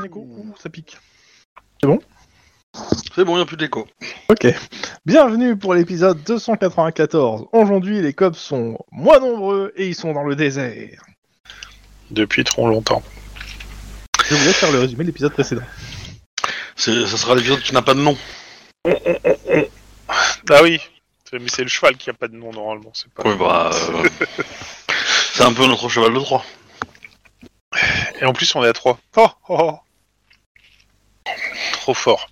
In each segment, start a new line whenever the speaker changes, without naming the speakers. d'écho. Ouh, ça pique. C'est bon
C'est bon, il n'y a plus d'écho.
Ok. Bienvenue pour l'épisode 294. Aujourd'hui, les cops sont moins nombreux et ils sont dans le désert.
Depuis trop longtemps.
Je voulais faire le résumé de l'épisode précédent.
C'est- Ça sera l'épisode qui n'a pas de nom.
Ah oui, C'est- mais c'est le cheval qui a pas de nom normalement, c'est pas.
Oui, bah. euh, C'est un peu notre cheval de Troie.
Et en plus, on est à 3. Oh, oh, oh. Trop fort.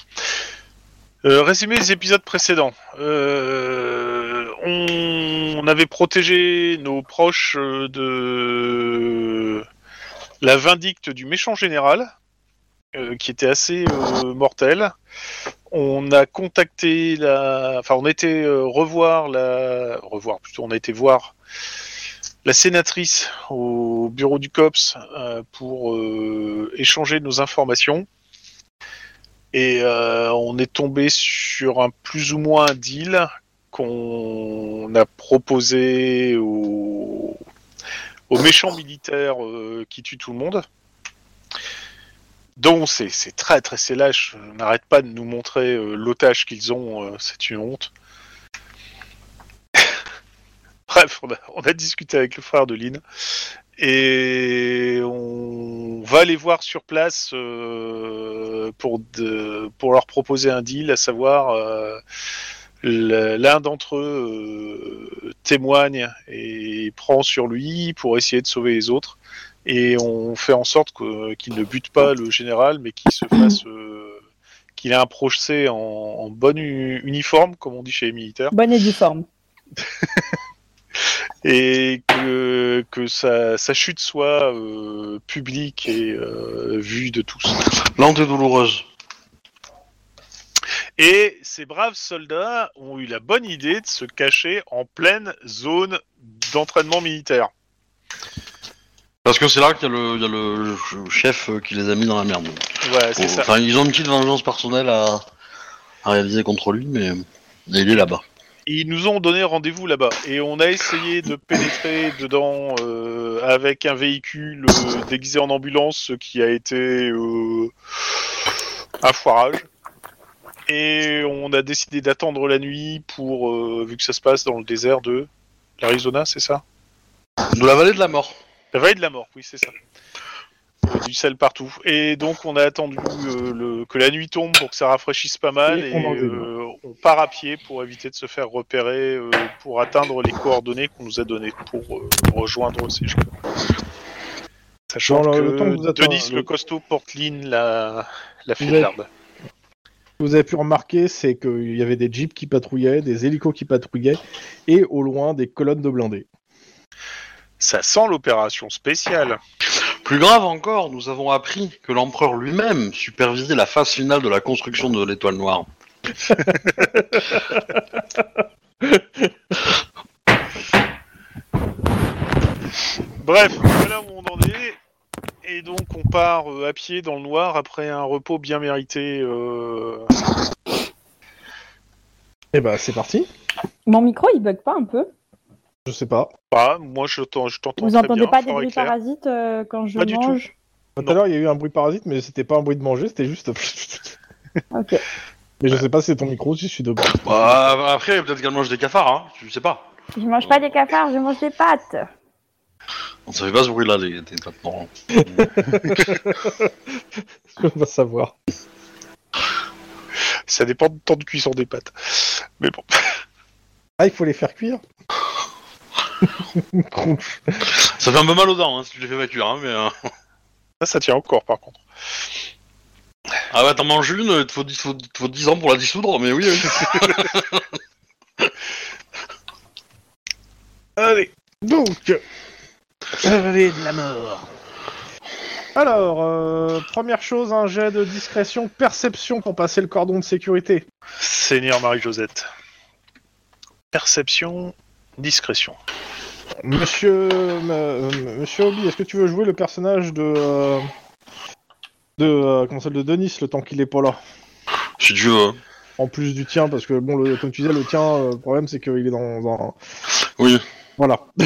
Euh, résumé des épisodes précédents. Euh, on, on avait protégé nos proches euh, de la vindicte du méchant général, euh, qui était assez euh, mortelle. On a contacté la, enfin, on était euh, revoir la, revoir plutôt, on a été voir la sénatrice au bureau du COPS euh, pour euh, échanger nos informations. Et euh, on est tombé sur un plus ou moins un deal qu'on a proposé aux, aux méchants militaires euh, qui tuent tout le monde. Donc c'est c'est très très c'est lâche, n'arrête pas de nous montrer euh, l'otage qu'ils ont, euh, c'est une honte. Bref, on a, on a discuté avec le frère de Lynn et on va les voir sur place euh, pour, de- pour leur proposer un deal, à savoir euh, l- l'un d'entre eux euh, témoigne et prend sur lui pour essayer de sauver les autres. Et on fait en sorte que- qu'il ne bute pas le général, mais qu'il se fasse, euh, qu'il ait un procès en, en bonne u- uniforme, comme on dit chez les militaires.
Bonne et due forme.
et que, que sa, sa chute soit euh, publique et euh, vue de tous.
Lente et douloureuse.
Et ces braves soldats ont eu la bonne idée de se cacher en pleine zone d'entraînement militaire.
Parce que c'est là qu'il y a le, il y a le ch- chef euh, qui les a mis dans la merde.
Ouais, c'est ça.
Enfin, ils ont une petite vengeance personnelle à, à réaliser contre lui, mais mais il est là-bas.
Et ils nous ont donné rendez-vous là-bas. Et on a essayé de pénétrer dedans euh, avec un véhicule euh, déguisé en ambulance ce qui a été euh, un foirage. Et on a décidé d'attendre la nuit pour, euh, vu que ça se passe dans le désert de l'Arizona, c'est ça
De la vallée de la mort.
La vallée de la mort, oui, c'est ça. Euh, Du sel partout. Et donc on a attendu euh, le- que la nuit tombe pour que ça rafraîchisse pas mal
Et
et,
on mange des
euh, on part à pied pour éviter de se faire repérer, euh, pour atteindre les coordonnées qu'on nous a données pour euh, rejoindre ces gens. Sachant
Dans
que
le- le temps que vous attendez,
Denis
le-
le costaud porte l'île la, la
Vous
fêtarde.
Ce que vous avez pu remarquer, c'est qu'il y avait des jeeps qui patrouillaient, des hélicos qui patrouillaient, et au loin, des colonnes de blindés.
Ça sent l'opération spéciale.
Plus grave encore, nous avons appris que l'empereur lui-même supervisait la phase finale de la construction de l'étoile noire.
Bref, voilà où on en est. Et donc on part euh, à pied dans le noir après un repos bien mérité. euh,
Et bah, c'est parti.
Mon micro, il bug pas un peu
Je sais pas.
Pas, moi je t'en- je t'entends.
Vous
très
entendez
bien,
pas des
fort et
bruits
clair.
parasites euh, quand je
Pas du
mange
Tout
Non.
à l'heure, il y a eu un bruit parasite, mais c'était pas un bruit de manger, c'était juste.
Ok.
Mais je sais pas si c'est ton micro, ou si je suis de.
Bah, après, peut-être qu'elle mange des cafards, hein, tu sais pas.
Je mange pas des cafards, je mange des pâtes.
On savait pas ce bruit-là, les, les pattes marrons.
On va savoir.
Ça dépend du temps de cuisson des pâtes. Mais bon.
Ah, il faut les faire cuire Cronch.
Ça fait un peu mal aux dents, hein, si tu les fais pas cuire, hein, mais... euh,
Ça, ça tient encore par contre.
Ah bah, t'en manges une, il te faut, dix- faut- faut 10 ans pour la dissoudre, mais oui, oui.
Allez.
Donc, la vallée de la mort. Alors, euh, première chose, un jet de discrétion, perception pour passer le cordon de sécurité.
Seigneur Marie-Josette. Perception, discrétion.
Monsieur, euh, euh, Monsieur Obi, est-ce que tu veux jouer le personnage de euh, de euh, comment ça, de Denis le temps qu'il est pas là
Si tu veux.
En plus du tien, parce que bon, le, comme tu disais, le tien, euh, le problème c'est qu'il est dans un.
Oui.
Voilà.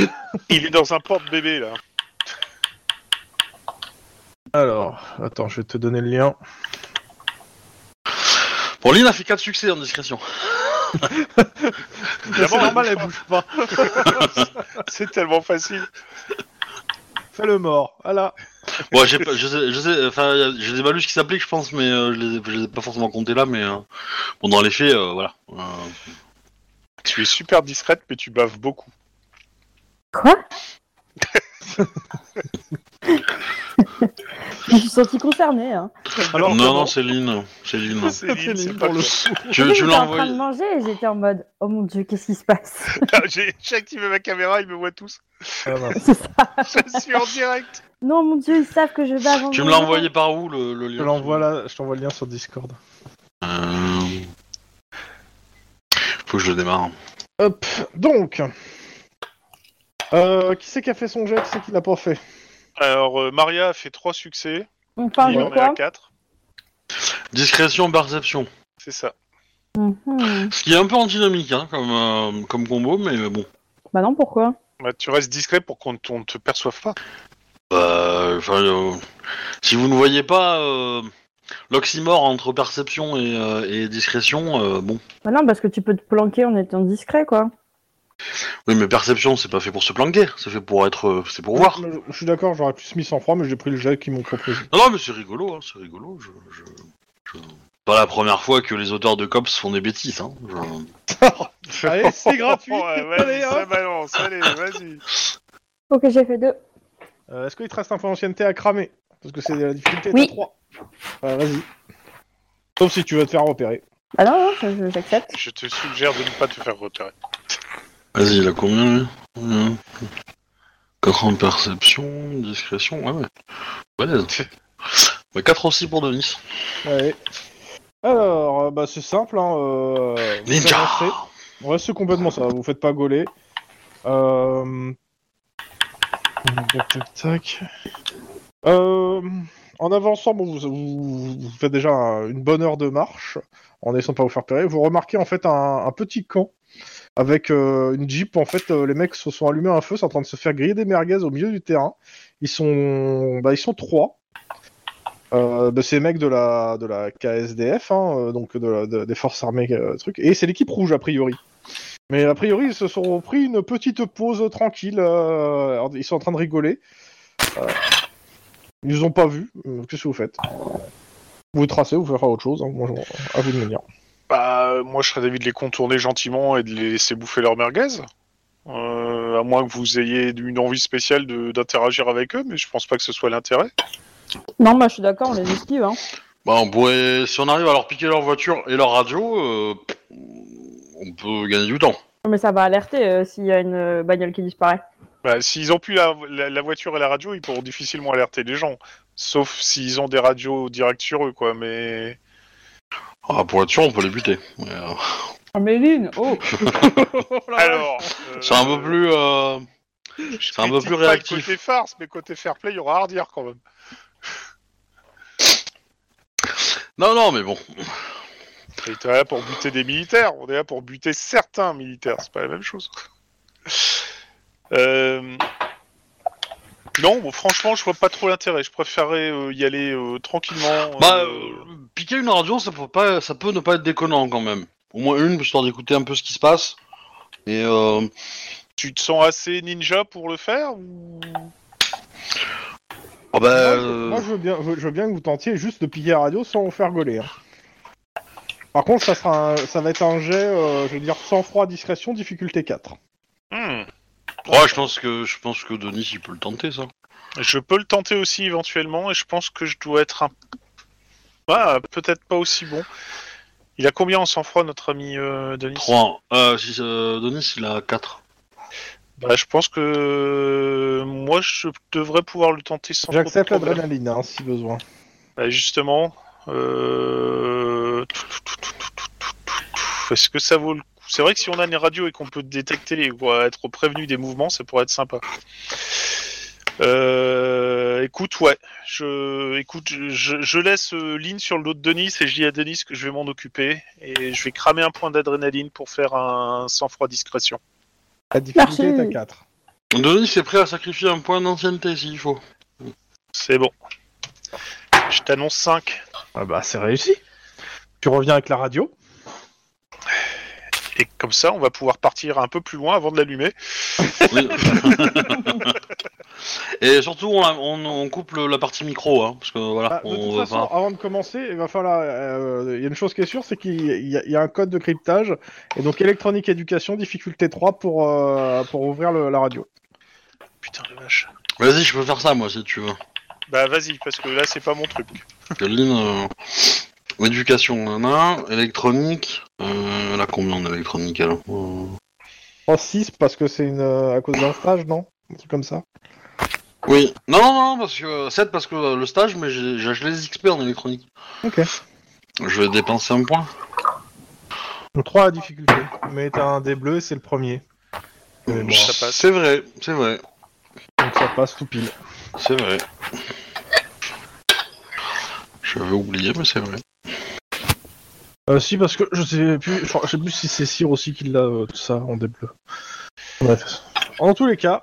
Il est dans un porte-bébé là.
Alors, attends, je vais te donner le lien.
Bon, Lynn a fait 4 succès en discrétion.
C'est normal, elle bouge pas.
hein. C'est tellement facile.
Fais le mort. Voilà.
Ouais, j'ai pas- je sais, je sais, enfin, y a- j'ai des malus qui s'appliquent, je pense, mais euh, je, les ai, je les ai pas forcément comptés là, mais euh, bon, dans les faits, euh, voilà. Euh,
Tu es super discrète, mais tu baves beaucoup.
Quoi Je me suis sentie concernée. Hein.
Alors,
non,
comment
non, c'est Lynn. C'est Lynn.
C'est
Céline, c'est
Lynn
pas
pour
le
le
Tu,
J'étais
tu l'as
en train
envoyé.
de manger et j'étais en mode Oh mon dieu, qu'est-ce qui se passe
Non, J'ai j'ai activé ma caméra, ils me voient tous.
Ah, mince.
C'est ça.
Je suis en direct.
Non, mon dieu, ils savent que je vais avant.
Tu
mon
me l'as
heure.
envoyé par où le, le
Je
lien
te l'envoie là, je t'envoie le lien sur Discord.
Euh, Faut que je le démarre.
Hop, donc. Euh, qui c'est qui a fait son jet Qui c'est qui l'a pas fait
Alors, euh, Maria a fait 3 succès.
On parle
il
de
en est à
quoi
4.
Discrétion, perception.
C'est ça.
Mhm.
Ce qui est un peu antinomique hein, comme, euh, comme combo, mais bon.
Bah non, pourquoi
Bah, tu restes discret pour qu'on t- on ne te perçoive pas.
Bah, enfin, euh, si vous ne voyez pas euh, l'oxymore entre perception et, euh, et discrétion, euh, bon.
Bah non, parce que tu peux te planquer en étant discret, quoi.
Oui, mais perception, c'est pas fait pour se planquer, c'est fait pour être. euh, C'est pour voir.
Je, je suis d'accord, j'aurais plus mis sans froid, mais j'ai pris le jet qu'ils m'ont proposé.
Non, non, mais c'est rigolo, hein, c'est rigolo. Je, je, je- Pas la première fois que les auteurs de COPS font des bêtises. Hein. je-
Allez, c'est gratuit.
Ouais, vas-y,
Allez,
ça
hop.
balance, allez, vas-y.
Ok, j'ai fait deux.
Euh, Est-ce qu'il te reste un point d'ancienneté à cramer Parce que c'est la difficulté
Oui.
à 3. Vas-y. Sauf si tu veux te faire repérer.
Ah non, non, je- je- j'accepte.
Je te suggère de ne pas te faire repérer.
Vas-y, il a combien lui Combien 4 en perception, discrétion, ouais, ouais. Balèze. Ouais, 4 aussi pour Denis.
Allez. Alors, euh, bah, c'est simple. Hein, euh, vous
Ninja
avancez. Ouais, c'est complètement ça, vous faites pas gauler. Euh... Tac, tac, tac. Euh, En avançant, bon, vous, vous- vous faites déjà un- une bonne heure de marche, en essayant de pas vous faire pérer. Vous remarquez en fait un, un petit camp avec euh, une jeep. En fait, euh, les mecs se sont allumés un feu, sont en train de se faire griller des merguez au milieu du terrain. Ils sont, bah, ils sont trois. Euh, bah, c'est les mecs de la, de la KSDF, hein, euh, donc de la- de- des forces armées, euh, truc. Et c'est l'équipe rouge a priori. Mais a priori, ils se sont pris une petite pause tranquille. euh, alors, ils sont en train de rigoler. Euh, ils nous ont pas vus. Euh, Qu'est-ce que vous faites Vous tracez, vous faites autre chose. hein. Moi, je- à vous de me dire.
Bah, euh, moi, je serais d'avis de les contourner gentiment et de les laisser bouffer leur merguez. Euh, à moins que vous ayez une envie spéciale de- d'interagir avec eux, mais je pense pas que ce soit l'intérêt.
Non, bah je suis d'accord, on les esquive. Hein.
Bah, on pourrait. Si on arrive à leur piquer leur voiture et leur radio, euh, on peut gagner du temps.
Mais ça va alerter euh, s'il y a une euh, bagnole qui disparaît.
Bah, s'ils ont plus la, la- la voiture et la radio, ils pourront difficilement alerter les gens. Sauf s'ils ont des radios directes sur eux, quoi, mais...
Ah, pour être sûr, on peut les buter. Mais, euh,
Ah, mais Lynn, oh
Alors... euh,
C'est un peu plus. euh,
je
c'est un peu
critique
plus
pas le
réactif.
Côté farce, mais côté fair play, il y aura à redire, quand même.
Non, non, mais bon.
Et t'es là pour buter des militaires, on est là pour buter certains militaires, c'est pas la même chose. Euh, Non, bon, franchement, je vois pas trop l'intérêt. Je préférerais euh, y aller euh, tranquillement. euh,
Bah, euh, piquer une radio, ça peut, pas, ça peut ne pas être déconnant quand même. Au moins une, histoire d'écouter un peu ce qui se passe. Et euh,
Tu te sens assez ninja pour le faire ou...
ah bah,
Moi, je,
euh,
moi, je veux bien, je veux bien que vous tentiez juste de piquer la radio sans vous faire gauler. hein. Par contre, ça, sera un- ça va être un jet, euh, je veux dire, sans froid, discrétion, difficulté 4.
Hmm,
Ouais, je pense que je pense que Denis il peut le tenter ça.
Je peux le tenter aussi éventuellement, et je pense que je dois être un. Ah, peut-être pas aussi bon. Il a combien en sang-froid, notre ami euh, Denis
3. Euh, si, euh, Denis il a 4.
Bah, je pense que euh, moi, je devrais pouvoir le tenter sans trop de
J'accepte
problème.
l'adrénaline, hein, si besoin.
Bah, justement, euh, est-ce que ça vaut le coup C'est vrai que si on a une radio et qu'on peut détecter les- ou être prévenu des mouvements, ça pourrait être sympa. Euh, écoute, ouais, je, écoute, je, je laisse euh, Lynn sur le dos de Denis et je dis à Denis que je vais m'en occuper et je vais cramer un point d'adrénaline pour faire un sang-froid discrétion.
La difficulté est
Merci.
à 4.
Denis est prêt à sacrifier un point d'ancienneté s'il faut.
C'est bon. Je t'annonce 5.
Ah bah, c'est réussi. Tu reviens avec la radio.
Et comme ça, on va pouvoir partir un peu plus loin avant de l'allumer.
Oui. Et surtout, on, on- on coupe le- la partie micro, hein, parce que voilà,
Bah, de
on
toute
va
façon,
pas.
avant de commencer, il va falloir. euh, Il y a une chose qui est sûre, c'est qu'il il y, a- il y a un code de cryptage. Et donc, électronique éducation, difficulté 3 pour, euh, pour ouvrir le- la radio.
Putain de vache.
Vas-y, je peux faire ça, moi, si tu veux.
Bah vas-y, parce que là, c'est pas mon truc.
Parce que Lynn, euh, éducation, nana, électronique. Euh, là, combien en électronique alors Euh,
En 6 Oh, parce que c'est une euh, à cause d'un stage, non Un truc comme ça.
Oui, non, non, non, parce que 7 parce que euh, le stage, mais j'ai j'ai acheté les XP en électronique.
Ok.
Je vais dépenser un point.
Donc 3 à difficulté. Mais t'as un des bleus, c'est le premier. Mais bon,
Ça passe.
C'est vrai, c'est vrai,
donc ça passe tout pile.
c'est vrai. J'avais oublié, mais c'est vrai.
Euh, si, parce que je sais plus, je sais plus si c'est Cyr aussi qui l'a, euh, tout ça, en des bleus. Bref. En tous les cas,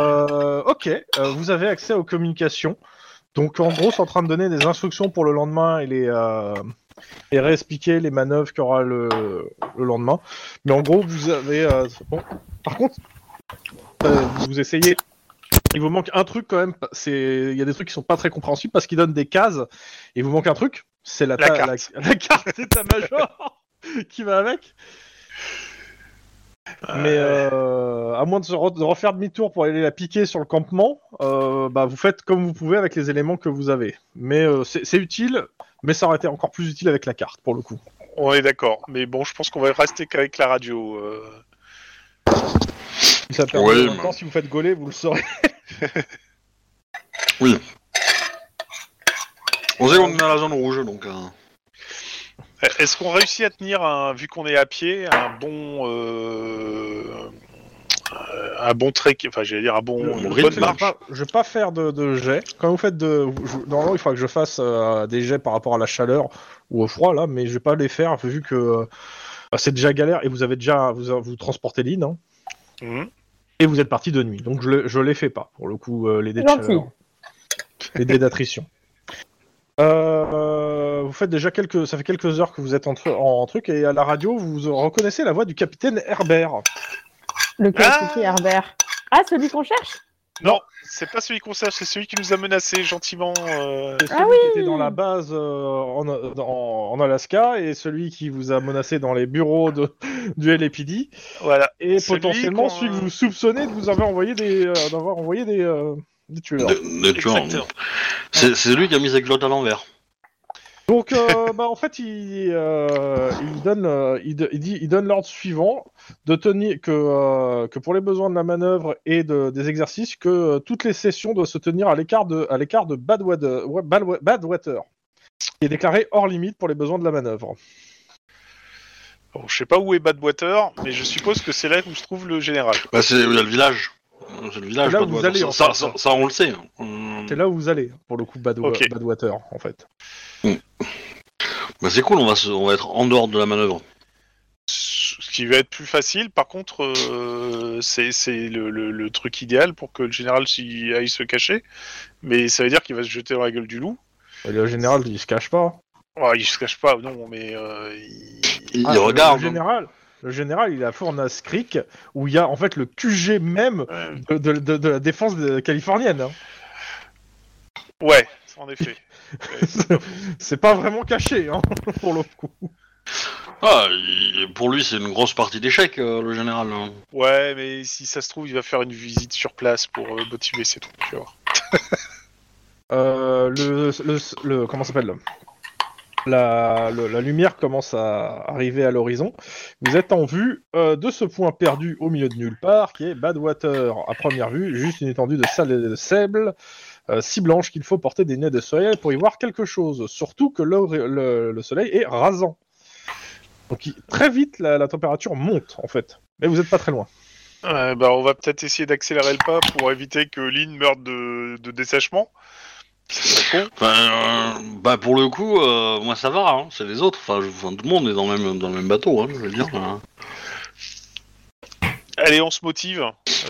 euh, ok, euh, vous avez accès aux communications. Donc, en gros, c'est en train de donner des instructions pour le lendemain et les euh, et réexpliquer les manœuvres qu'il y aura le, le lendemain. Mais en gros, vous avez. euh, bon. Par contre, euh, vous essayez. Il vous manque un truc quand même. C'est il y a des trucs qui sont pas très compréhensibles parce qu'ils donnent des cases. Et il vous manque un truc. C'est la,
La
ta-
carte.
la, la carte d'état-major qui va avec. Mais euh, à moins de, se re- de refaire demi-tour pour aller la piquer sur le campement, euh, bah vous faites comme vous pouvez avec les éléments que vous avez. Mais euh, c'est c'est utile, mais ça aurait été encore plus utile avec la carte pour le coup.
On est d'accord. Mais bon, je pense qu'on va rester qu'avec la radio. euh.
Ça permet
Ouais,
en même
mais-
temps, si vous faites gauler, vous le saurez.
On sait qu'on est dans la zone rouge, donc. euh,
Est-ce qu'on réussit à tenir, un, vu qu'on est à pied, un bon... euh, euh, Un bon trek, enfin j'allais dire un bon,
Le-
une
le
bonne
rythme.
Je vais
marche.
pas, je vais pas faire de, de jet. Quand vous faites de. je- normalement, il faudra que je fasse euh, des jets par rapport à la chaleur ou au froid, là, mais je vais pas les faire vu que euh, bah, c'est déjà galère et vous avez déjà. Vous, vous transportez l'île, hein,
Mhm.
et vous êtes parti de nuit. Donc je, le- je les fais pas, pour le coup, euh, les dés de
Gentil.
chaleur. Les dés d'attrition. Euh, vous faites déjà quelques. Ça fait quelques heures que vous êtes en, tru- en truc, et à la radio, vous reconnaissez la voix du capitaine Herbert.
Le
Ah
capitaine Herbert. Ah, celui qu'on cherche
Non, c'est pas celui qu'on cherche, c'est celui qui nous a menacés gentiment. euh.
C'est celui qui était dans la base euh, en, en- en Alaska et celui qui vous a menacé dans les bureaux de, du LAPD
Voilà.
et
Celui
potentiellement
qu'on-
celui que vous soupçonnez de vous avoir envoyé des euh, d'avoir envoyé des, euh, des tueurs.
de- de- tu vois,
Exactement.
C'est c'est lui qui a mis ses culottes à l'envers.
Donc euh, bah, en fait il, euh, il donne euh, il, de- il dit il donne l'ordre suivant de tenir que euh, que pour les besoins de la manœuvre et de, des exercices que euh, toutes les sessions doivent se tenir à l'écart de à l'écart de Badwater, ouais, Badwa- Badwater qui est déclaré hors limite pour les besoins de la manœuvre.
Bon, je sais pas où est Badwater, mais je suppose que c'est là où se trouve le général.
Bah, c'est il y a le village. C'est le village,
Là
pas
où
de
vous
boîte.
allez,
ça,
en
ça,
fait. hein.
ça- ça, on le sait. Euh,
C'est là où vous allez, hein, pour le coup, Badwa-
Ok.
Badwater, en fait.
Bah, c'est cool, on va, se- on va être en dehors de la manœuvre.
Ce qui va être plus facile, par contre, euh, c'est c'est le, le- le truc idéal pour que le général s'y aille se cacher. Mais ça veut dire qu'il va se jeter dans la gueule du loup.
Et le général, il se cache pas. hein.
Ouais, il se cache pas, non, mais euh, il-
Il,
Ah,
il
le-
regarde.
Le général, le général, il est à Fournas Creek, où il y a en fait le QG même
euh,
de, de- de- de la défense de- californienne. hein.
ouais, en effet. Ouais, c'est-
C'est pas vraiment caché, hein, pour le coup.
Ah, il- pour lui, c'est une grosse partie d'échec, euh, le général. hein.
ouais, mais si ça se trouve, il va faire une visite sur place pour euh, motiver ses troupes. Tu vas voir.
Euh, le, le- le- comment ça s'appelle la, le- la lumière commence à arriver à l'horizon. Vous êtes en vue euh, de ce point perdu au milieu de nulle part, qui est Badwater. À première vue, juste une étendue de sable, de sable euh, si blanche qu'il faut porter des nez de soleil pour y voir quelque chose. Surtout que le, le- le soleil est rasant. Donc il- très vite, la, la température monte en fait. Mais vous n'êtes pas très loin.
Ouais, bah, on va peut-être essayer d'accélérer le pas pour éviter que Lynn meure de, de dessèchement. C'est pas con.
Enfin, euh, bah, pour le coup, euh, moi, ça va, hein, c'est les autres. Enfin, je- enfin, tout le monde est dans le même, dans le même bateau, hein, je veux dire. hein.
Allez, on se motive.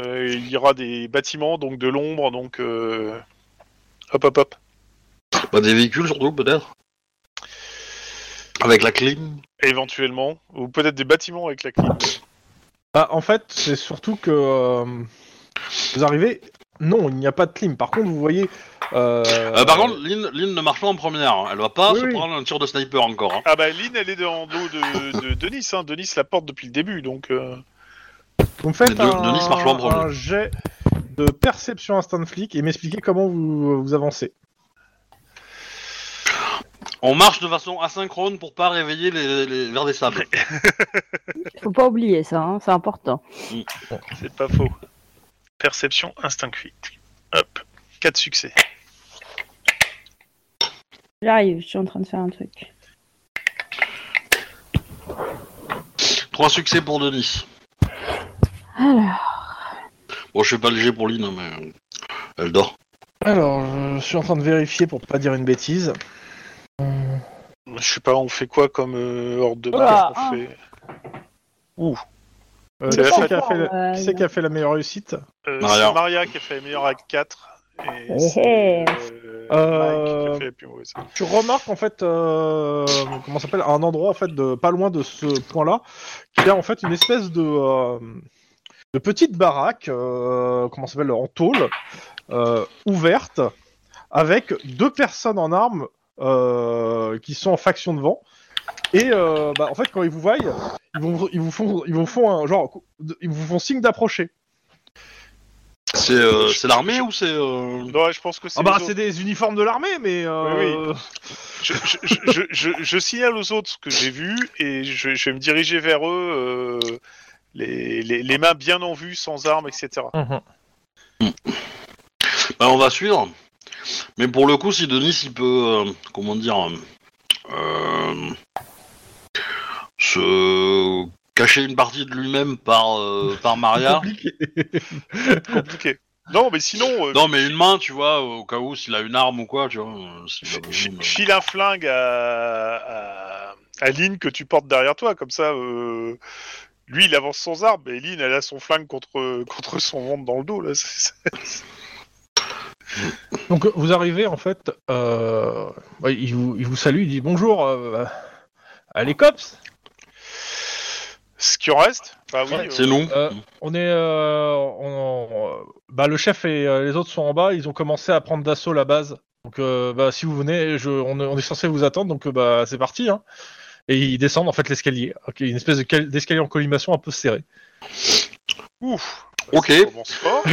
Euh, il y aura des bâtiments, donc de l'ombre, donc euh, hop, hop, hop.
Bah, des véhicules surtout, peut-être Avec la clim
éventuellement, ou peut-être des bâtiments avec la clé.
Bah, en fait, c'est surtout que euh, vous arrivez. Non, il n'y a pas de clim. Par contre, vous voyez. euh,
Euh, Par contre, Lynn, Lynn ne marche pas en première. Elle va pas
Oui,
se
oui.
prendre un tir de sniper encore. hein.
Ah bah Lynn, elle est dans dos de, de Denis, hein. Denis la porte depuis le début, donc... euh,
vous me faites
de-
un,
Denis marche pas en premier.
un jet de perception instant de flic et m'expliquer comment vous, vous avancez.
On marche de façon asynchrone pour pas réveiller les, les vers des sables.
Faut pas oublier ça, hein, c'est important.
C'est pas faux. Perception, instinct cuite. Hop. 4 succès.
J'arrive, je suis en train de faire un truc.
Trois succès pour Denis.
Alors,
Bon, je fais pas léger pour Lynn, hein, mais euh, elle dort.
Alors, je suis en train de vérifier pour pas dire une bêtise.
Je sais pas, on fait quoi comme euh, ordre de
Voilà,
marche on
un.
fait...
Euh,
C'est la
qui, c'est
fête.
qui a fait le-
Euh,
qui c'est qui a fait la meilleure réussite
Euh,
Maria.
c'est Maria qui a fait la meilleure à 4. Et
Eh,
c'est,
eh.
euh,
Euh,
Mike qui a fait la plus mauvaise.
Tu remarques en fait, euh, comment ça s'appelle, à un endroit en fait de pas loin de ce point-là, qu'il y a en fait une espèce de, euh, de petite baraque, euh, comment ça s'appelle, en tôle, euh, ouverte, avec deux personnes en armes euh, qui sont en faction devant. Et euh, bah, en fait, quand ils vous voient, ils, vont, ils vous font, ils vous font un genre, ils vous font signe d'approcher.
C'est euh, c'est l'armée ou c'est. euh,
Non, ouais, je pense que c'est...
Ah bah
les
c'est des uniformes de l'armée, mais euh,
je, je- je- je- je- je signale aux autres ce que j'ai vu et je, je vais me diriger vers eux, euh, les, les- les mains bien en vue, sans armes, etc.
Bah, on va suivre. Mais pour le coup, si Denis, il peut, euh, comment dire, euh, euh, se cacher une partie de lui-même par, euh, par Maria.
compliqué.
Compliqué. Non, mais sinon, euh,
Non, mais une main, tu vois, au cas où s'il a une arme ou quoi, tu vois. euh, s'il a
fi-
besoin
fi-
de-
file un flingue à, à, à Lynn que tu portes derrière toi, comme ça, euh, lui il avance sans arme et Lynn elle a son flingue contre, contre son ventre dans le dos. Là. C'est- c'est-
Donc euh, vous arrivez en fait, euh, ouais, il, vous, il vous salue, il dit bonjour, euh, à les cops,
Ce qui en reste, bah oui,
Ouais,
C'est
euh,
nous.
Euh, on est, euh, on- on- bah le chef et euh, les autres sont en bas, ils ont commencé à prendre d'assaut la base. Donc euh, bah, si vous venez, je, on, on est censé vous attendre, donc euh, bah c'est parti. hein. Et ils descendent en fait l'escalier, Ok, une espèce de cal- d'escalier en colimaçon un peu serré.
ouf,
Ok.
Bah, ça commence fort.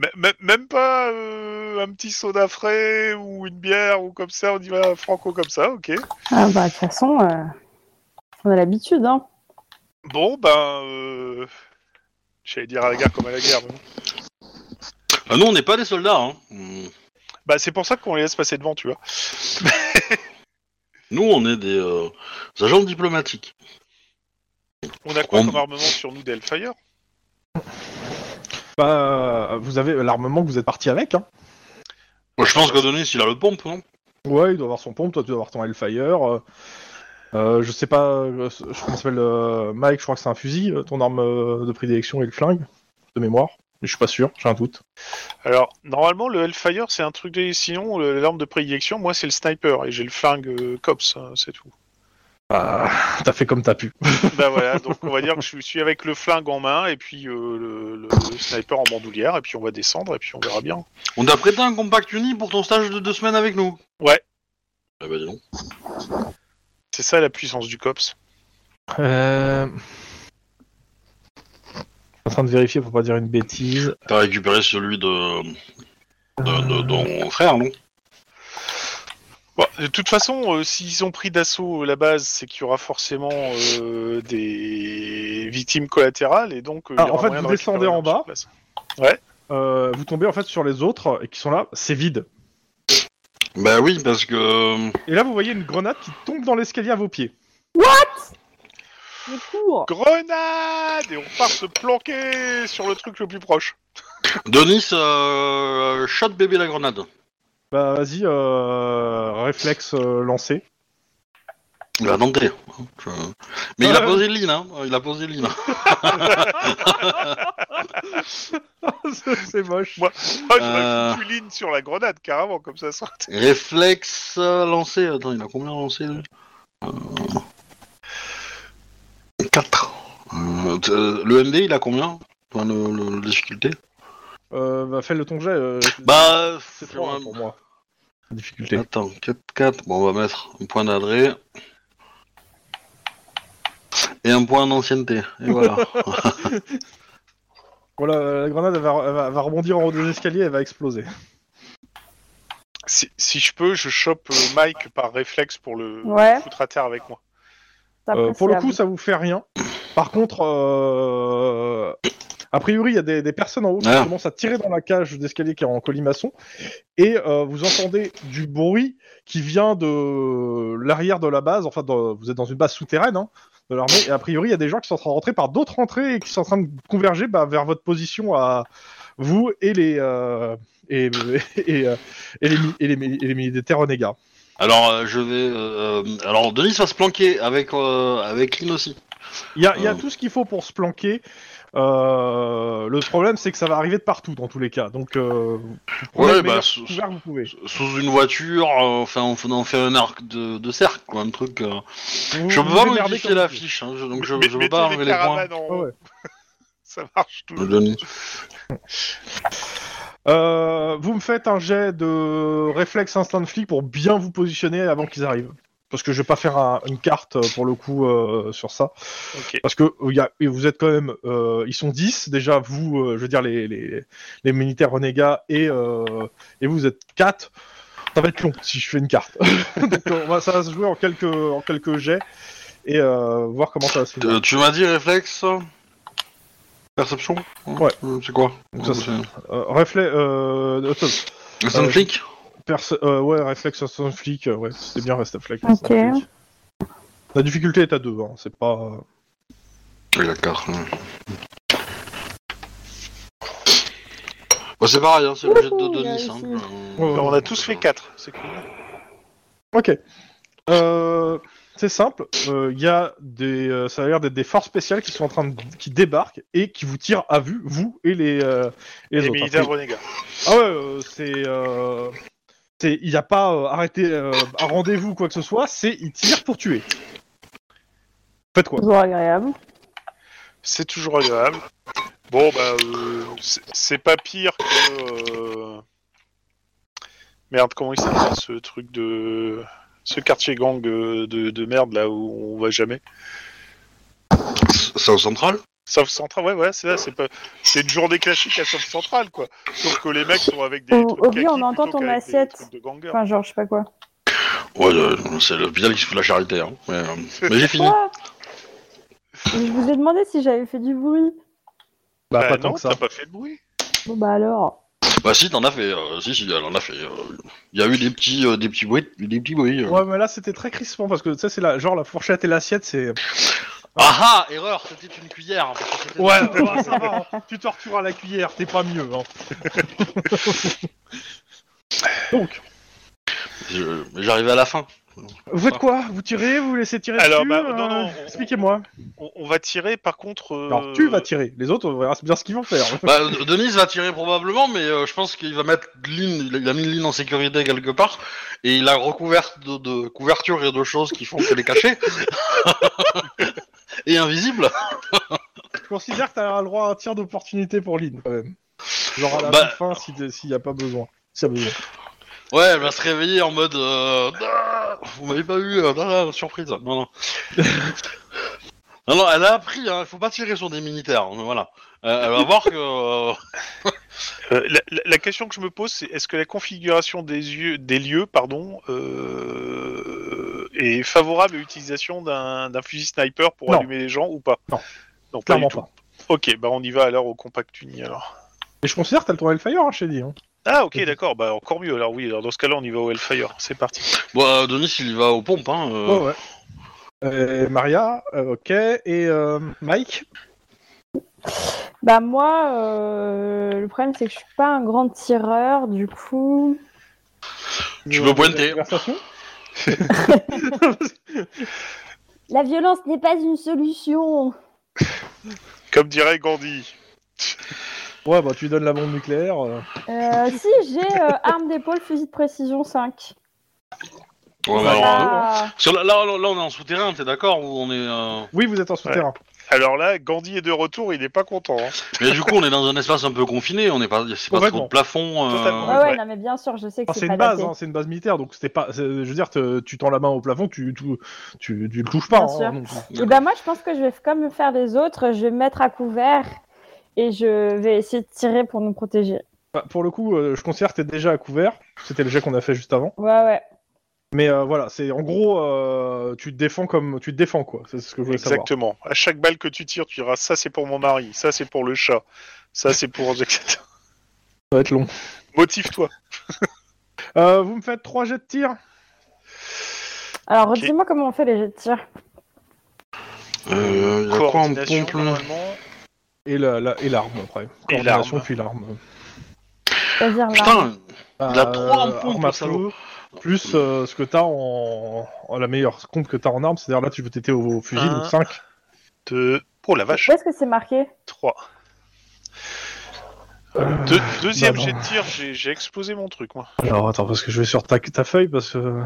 M- m- Même pas euh, un petit soda frais ou une bière ou comme ça, on y va franco comme ça, ok.
ah bah, de toute façon, euh, on a l'habitude, hein.
Bon, ben. euh, J'allais dire à la guerre comme à la guerre. mais bon.
Ah, nous, on n'est pas des soldats. Hein. Mm.
Bah, c'est pour ça qu'on les laisse passer devant, tu vois.
Nous, on est des, euh, des agents diplomatiques.
On a quoi
On-
comme armement sur nous d'Hellfire
Bah euh, vous avez l'armement que vous êtes parti avec. Hein.
Moi, je pense que Denis, il a le pompe, non
Ouais, il doit avoir son pompe, toi tu dois avoir ton Hellfire. euh, euh, je sais pas, euh, je, comment s'appelle euh, Mike, je crois que c'est un fusil, euh, ton arme euh, de prédilection est le flingue, de mémoire. Mais je suis pas sûr, j'ai un doute.
Alors, normalement, le Hellfire, c'est un truc de. Sinon, le- l'arme de prédilection, moi, c'est le sniper et j'ai le flingue euh, Cops, hein, c'est tout.
Ah, t'as fait comme t'as pu.
bah voilà, donc on va dire que je suis avec le flingue en main et puis euh, le, le- le sniper en bandoulière et puis on va descendre et puis on verra bien.
On t'a prêté un compact uni pour ton stage de deux semaines avec nous.
Ouais.
Eh ben, dis donc.
C'est ça la puissance du Cops.
Euh... Je suis en train de vérifier pour pas dire une bêtise.
T'as récupéré celui de. de, de, ton frère, non
Bon, de toute façon, euh, s'ils ont pris d'assaut euh, la base, c'est qu'il y aura forcément euh, des victimes collatérales et donc. euh, il y
Ah, en
aura
fait,
moyen
vous
de récupérer
descendez en
l'arme sur
bas.
place.
Euh, vous tombez en fait sur les autres et qui sont là, c'est vide.
Bah oui, parce que. euh,
Et là vous voyez une grenade qui tombe dans l'escalier à vos pieds.
Je cours
Grenade Et on part se planquer sur le truc le plus proche.
Denis, euh, shot bébé la grenade.
Bah vas-y, euh, réflexe euh, lancé.
Il va tenter. hein, je- Mais il a posé le lean, hein. Il a posé le lean.
c'est moche.
Moi, moi, j'aurais
Euh.
foutu ligne sur la grenade, carrément, comme ça serait.
Réflexe euh, lancé. Attends, il a combien lancé lui Euh, 4. Euh, le MD, il a combien Enfin, le, le- la difficulté
Euh, bah, fais le ton que j'ai. euh,
Bah,
c'est trop loin pour moi. Difficulté.
Attends, 4, 4. Bon, on va mettre un point d'adré. Et un point d'ancienneté. Et voilà.
Voilà, la grenade elle va, elle va- elle va rebondir en haut des escaliers, elle va exploser.
Si, si je peux, je chope euh, Mike par réflexe pour le
Ouais.
le foutre à terre avec moi.
Euh, pour le coup,
c'est
ça vous fait rien. Par contre, euh, a priori, il y a des, des personnes en haut qui
Ah.
commencent à tirer dans la cage d'escalier qui est en colimaçon, et euh, vous entendez du bruit qui vient de l'arrière de la base. Enfin, dans- vous êtes dans une base souterraine hein, de l'armée, et a priori, il y a des gens qui sont en train de rentrer par d'autres entrées et qui sont en train de converger bah, vers votre position à vous et les euh, et, et, euh, et les, mi- et les mi- et les militaires renégats.
alors, euh, je vais. euh, alors, Denis va se planquer avec, euh, avec Lynn aussi.
Il y a, il y a
Euh.
tout ce qu'il faut pour se planquer. Euh, le problème, c'est que ça va arriver de partout, dans tous les cas. Donc, euh, prenez
Ouais,
le
bah,
meilleur
sous-
couvert que vous pouvez.
Sous une voiture, euh, enfin, on fait, on fait un arc de, de cercle, quoi, un truc. euh.
Vous-
Je
vous
peux pas
démerdez
modifier
comme
la
vous
fiche, hein, je- donc je,
Mets-
je veux
mettez
pas
les
enlever les points.
caravanes en
Ah
haut.
ouais.
Ça marche tout.
Denis.
pouvez. Euh, vous me faites un jet de réflexe instinct de flic pour bien vous positionner avant qu'ils arrivent. Parce que je vais pas faire un- une carte euh, pour le coup euh, sur ça.
Ok.
Parce que euh, y a- et vous êtes quand même. euh, ils sont 10 déjà, vous, euh, je veux dire, les, les, les militaires renégats et, euh, et vous êtes 4. Ça va être long si je fais une carte. Donc on va- ça va se jouer en quelques, en quelques jets et euh, voir comment ça va se faire.
Euh, tu m'as dit réflexe Perception
Ouais.
Euh, C'est quoi
Donc ça, c'est-
Euh,
Euh, réflex. Euh, attends,
c'est- C'est un
euh,
flic
perce- euh, ouais, réflexe instant flic. euh, ouais, c'était bien réflexe.
Ok.
instant flic. La difficulté est à 2, hein, c'est pas.
Oui, la carte. ouais. Bon, c'est pareil, hein, c'est le jet de
Wouhou, il a
Denis. hein.
réussi.
Euh,
Ouais,
Alors, bah, on a tous fait 4, c'est cool.
Ok. Euh, c'est simple. Euh, Il y a des, euh, ça a l'air d'être des forces spéciales qui sont en train de, qui débarquent et qui vous tirent à vue, vous et les, euh, et les
Les
autres.
militaires
Après-
renégats.
Ah ouais, euh, c'est, euh, c'est, il n'y a pas euh, arrêté euh, un rendez-vous ou quoi que ce soit. C'est ils tirent pour tuer. Faites quoi
toujours agréable.
C'est toujours agréable. Bon, bah, euh, c'est- c'est pas pire que. euh, Merde, comment il s'appelle ce truc de. Ce quartier gang euh, de, de merde là où on va jamais.
C'est au central
Sauf Central, ouais, ouais, c'est ça, c'est pas. C'est une journée classique à Sauf Central, quoi. Sauf que les mecs sont avec des.
Au-
trucs
au pire,
kaki
on entend
plutôt
ton
qu'avec des
assiette.
trucs de gangers.
Enfin, genre, je sais pas quoi.
Ouais, euh, c'est l'hôpital qui se fout de la charité. Hein. Mais, euh, mais j'ai fini.
Quoi Je vous ai demandé si j'avais fait du bruit.
Bah, pas
non,
tant que ça.
t'as pas fait de bruit.
Bon, bah alors.
Bah si, t'en as fait. euh, si, si, elle en a fait. euh. Il y a eu des petits, euh, des petits bruits. Des petits bruits euh.
Ouais, mais là c'était très crispant parce que tu sais, c'est la, genre la fourchette et l'assiette, c'est.
Ah ah, erreur, c'était une cuillère. parce que c'était-
Ouais, ouais, ça va. hein. Tu torturas la cuillère, t'es pas mieux. Hein. Donc.
Je- mais J'arrivais à la fin.
Vous faites quoi Vous tirez Vous laissez tirer
Alors,
dessus
bah,
Euh,
non, non, on-
Expliquez-moi.
On, on va tirer, par contre. euh,
Alors, tu vas tirer. Les autres, on verra bien ce qu'ils vont faire.
Bah, euh, Denis va tirer probablement, mais euh, je pense qu'il va mettre Lynn, il a mis Lynn en sécurité quelque part, et il a recouvert de, de couverture et de choses qui font qu'elle est cachée. et invisible.
Je considère que t'as le droit à un tir d'opportunité pour Lynn, quand même. Genre à la
Bah.
fin, si- s'il n'y a pas besoin. S'il y a besoin.
Ouais, elle va se réveiller en mode... Euh, Ah, vous m'avez pas eu, euh, ah, ah, surprise. Non, non. non, non, elle a appris, hein, faut pas tirer sur des militaires, mais voilà. Euh, elle va voir que... euh,
Euh, la, la- la question que je me pose, c'est est-ce que la configuration des, yeux, des lieux pardon, euh, est favorable à l'utilisation d'un d'un fusil sniper pour
Non.
allumer les gens ou pas
Non.
Non, pas
Clairement
du tout.
pas.
Ok, bah on y va alors au compact uni alors.
Et je considère que t'as le droit à Hellfire, hein, je t'ai dit. Hein.
Ah ok, d'accord, bah encore mieux alors oui, alors dans ce cas-là on y va au Hellfire, c'est parti.
bon, euh, Denis, il y va aux pompes, hein. euh.
Ouais, ouais. Euh, Maria, euh, ok. Et euh, Mike
Bah, moi, euh, le problème, c'est que je suis pas un grand tireur, du coup.
euh,
Tu peux pointer.
Conversation
La violence n'est pas une solution.
Comme dirait Gandhi.
Ouais, bah tu lui donnes la bombe nucléaire. euh.
Euh, si, j'ai euh, arme d'épaule, fusil de précision Ah. 5.
Ouais, bah,
Ça
alors, euh,
va.
sur la- là, là, là, on est en souterrain, t'es d'accord Ou on est. euh,
Oui, vous êtes en souterrain.
Alors là, Gandhi est de retour, il n'est pas content. hein.
Mais du coup, on est dans un espace un peu confiné, on n'est pas. C'est pas trop
Complètement.
de plafond. euh,
Totalement.
Ouais, ouais,
Ouais.
non, mais bien sûr, je sais que
Enfin, c'est
pas
une base,
adapté.
hein, c'est une base militaire, donc c'était pas. c'est- Je veux dire, te- tu tends la main au plafond, tu, tu, tu, tu le touches pas.
Bien
hein,
sûr.
donc,
Et ben moi, je pense que je vais f- comme faire les autres, je vais me mettre à couvert et je vais essayer de tirer pour nous protéger.
bah, pour le coup, euh, je considère que t'es déjà à couvert. C'était le jet qu'on a fait juste avant.
Ouais, ouais.
Mais euh, voilà, c'est en gros, euh, tu te défends comme tu te défends quoi. C'est ce que je voulais savoir.
Exactement. À chaque balle que tu tires, tu diras ça c'est pour mon mari, ça c'est pour le chat, ça c'est pour.
Ça va être long.
Motive-toi.
Euh, vous me faites trois jets de tir.
Alors,
Ok.
redis-moi comment on fait les jets de tir.
euh, y a quoi en
Coordination,
pompe là
normalement.
Et la, la- et l'arme après.
Et
Coordination,
l'arme.
puis l'arme. Euh,
C'est-à-dire là.
Putain, Il a trois en pompe,
arme à
le salaud.
feu, Plus euh, ce que t'as en... en- La meilleure compte que t'as en arme, c'est-à-dire là, tu peux t'étais au, au fusil,
Un.
Ah.
donc 5.
Deux. Oh la vache,
Où est-ce que c'est marqué
3. deuxième
Euh,
bah non.
jet de tir, j'ai j'ai explosé mon truc moi.
Alors attends, parce que je vais sur ta, ta feuille, parce que.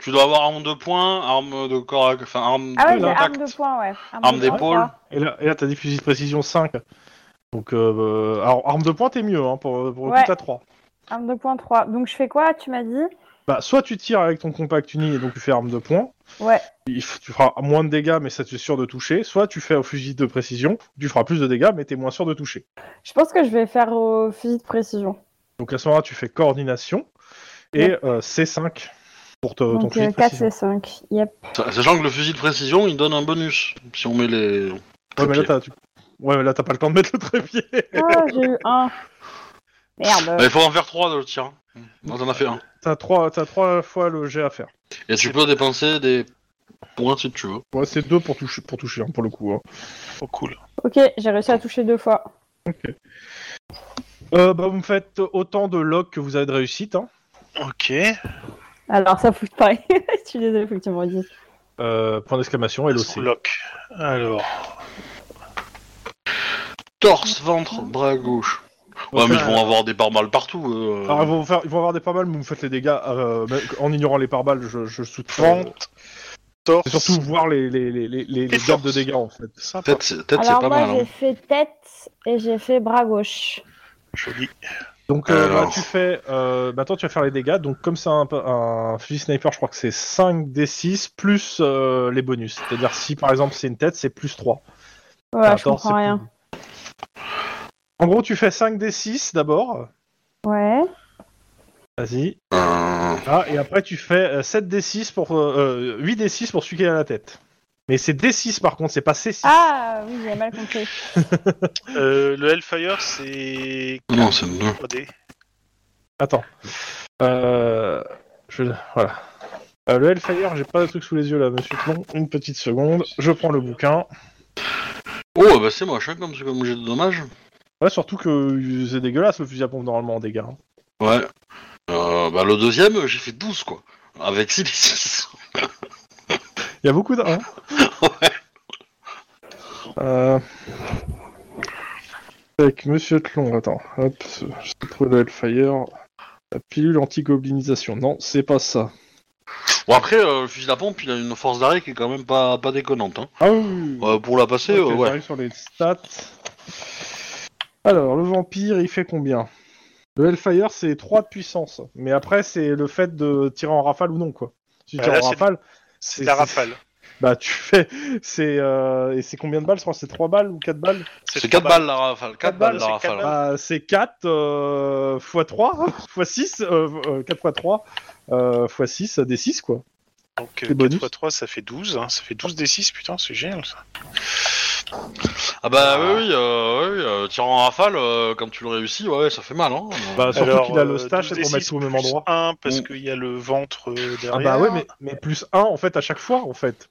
tu dois avoir arme de poing, arme de corps, à- enfin arme
Ah ouais,
de
j'ai
Voilà.
arme
contact.
de poing, ouais.
Arme
de poing,
d'épaule.
trois.
Et là, et là t'as dit fusil de précision 5. Donc, euh, alors, arme de poing, t'es mieux, hein, pour, pour le
Ouais.
coup, t'as 3.
Arme de poing 3. Donc, je fais quoi Tu m'as dit
Bah, soit tu tires avec ton compact uni et donc tu fais arme de poing.
Ouais.
Il f- Tu feras moins de dégâts, mais ça tu es sûr de toucher. Soit tu fais au fusil de précision, tu feras plus de dégâts, mais t'es moins sûr de toucher.
Je pense que je vais faire au fusil de précision.
Donc à ce moment-là, tu fais coordination et euh, C5 pour te- Euh, ton
Donc, euh,
fusil de
4
précision.
et 5. Yep.
Sa- Sachant que le fusil de précision, il donne un bonus si on met les.
Ouais, mais là,
trépieds.
t'as, tu- ouais, mais là, t'as pas le temps de mettre le trépied.
Ah, j'ai eu 1. Merde.
Bah, il faut en faire trois de le tir. Non, t'en as fait un.
t'as, trois, t'as trois fois le jet à faire.
Et tu peux dépenser des points si tu veux.
Ouais, c'est deux pour toucher, pour, toucher, hein, pour le coup. hein.
Oh cool.
Ok, j'ai réussi à toucher deux fois.
Euh, bah, vous me faites autant de logs que vous avez de réussite. hein.
Ok.
Alors, ça fout de pareil. je suis désolée, faut que tu me redises.
Euh, point d'exclamation, LOC.
Lock. Alors.
Torse, ventre, bras gauche. Ouais, mais ils
euh,
vont avoir des pare-balles partout. euh.
Alors, Ah, ils vont, faire, ils vont avoir des pas mal, mais vous faites les dégâts euh, mais en ignorant les pare-balles, je, je soutiens. euh,
Vente. Torse.
C'est surtout voir les, les, les, les, les, les gaps de dégâts en fait.
Sympa.
Tête, c'est tête, c'est
Alors,
pas
moi,
mal.
j'ai
hein.
fait tête et j'ai fait bras gauche.
Joli.
Donc euh,
Alors.
bah, tu fais, euh, maintenant tu vas faire les dégâts. Donc comme c'est un, un fusil sniper, je crois que c'est 5 d 6 plus euh, les bonus. C'est-à-dire si par exemple c'est une tête, c'est plus 3.
Ouais,
Enfin,
je
attends,
comprends
c'est
rien.
plus- En gros, tu fais 5 d 6 d'abord.
Ouais.
Vas-y.
Euh,
Ah, et après tu fais 7 d 6 pour euh, 8 d 6 pour celui qui est à la tête. Mais c'est d6 par contre, c'est pas c6.
Ah, oui, j'ai mal compris.
Euh, le Hellfire, c'est
Non, c'est deux.
3D.
Attends. Euh, je... Voilà. Euh, le Hellfire, j'ai pas le truc sous les yeux là, monsieur Plon. Une petite seconde. Je prends le bouquin.
Oh, bah c'est moche, hein, comme, c'est- comme j'ai de dommages.
Ouais, surtout que euh, c'est dégueulasse le fusil à pompe normalement en dégâts. hein.
Ouais. Euh, bah, le deuxième, j'ai fait 12, quoi. Avec 6
Il y a beaucoup d'un. hein. Euh, Avec Monsieur Tlon, attends, hop, je trouve le Hellfire, la pilule anti-goblinisation, non, c'est pas ça.
Bon, après, euh, le fusil à pompe, il a une force d'arrêt qui est quand même pas, pas déconnante. Hein.
Ah oui, oui, oui.
Euh, pour la passer,
Ok,
euh, ouais.
j'arrive sur les stats. Alors, le vampire, il fait combien Le Hellfire, c'est 3 de puissance. Mais après, c'est le fait de tirer en rafale ou non, quoi. Si tu
Bah,
tires
là,
en
c'est-
rafale,
C'est
C'est-
la
c'est-
rafale.
bah tu fais... C'est euh, Et c'est combien de balles Je crois que c'est 3 balles ou 4 balles
C'est
trois
4 balles la rafale. 4
Quatre
balles la
balles, c'est quatre
rafale.
bah, C'est euh, 4 x 3, x 6, 4 x 3, x 6, euh, des 6, quoi.
Donc euh,
C'est bonus.
4 x 3, ça fait 12. hein. Ça fait 12 des 6, putain, c'est génial ça.
Ah bah oui, oui, euh, oui, euh, tirant en rafale, euh, quand tu le réussis, ouais, ça fait mal. Hein.
Bah, surtout
Alors,
qu'il a le
euh,
stash,
12
c'est pour
des
mettre
six
tout au même
plus
endroit.
1 parce
Mm.
qu'il y a le ventre euh, derrière.
Ah bah ouais, mais, mais plus 1, en fait, à chaque fois, en fait.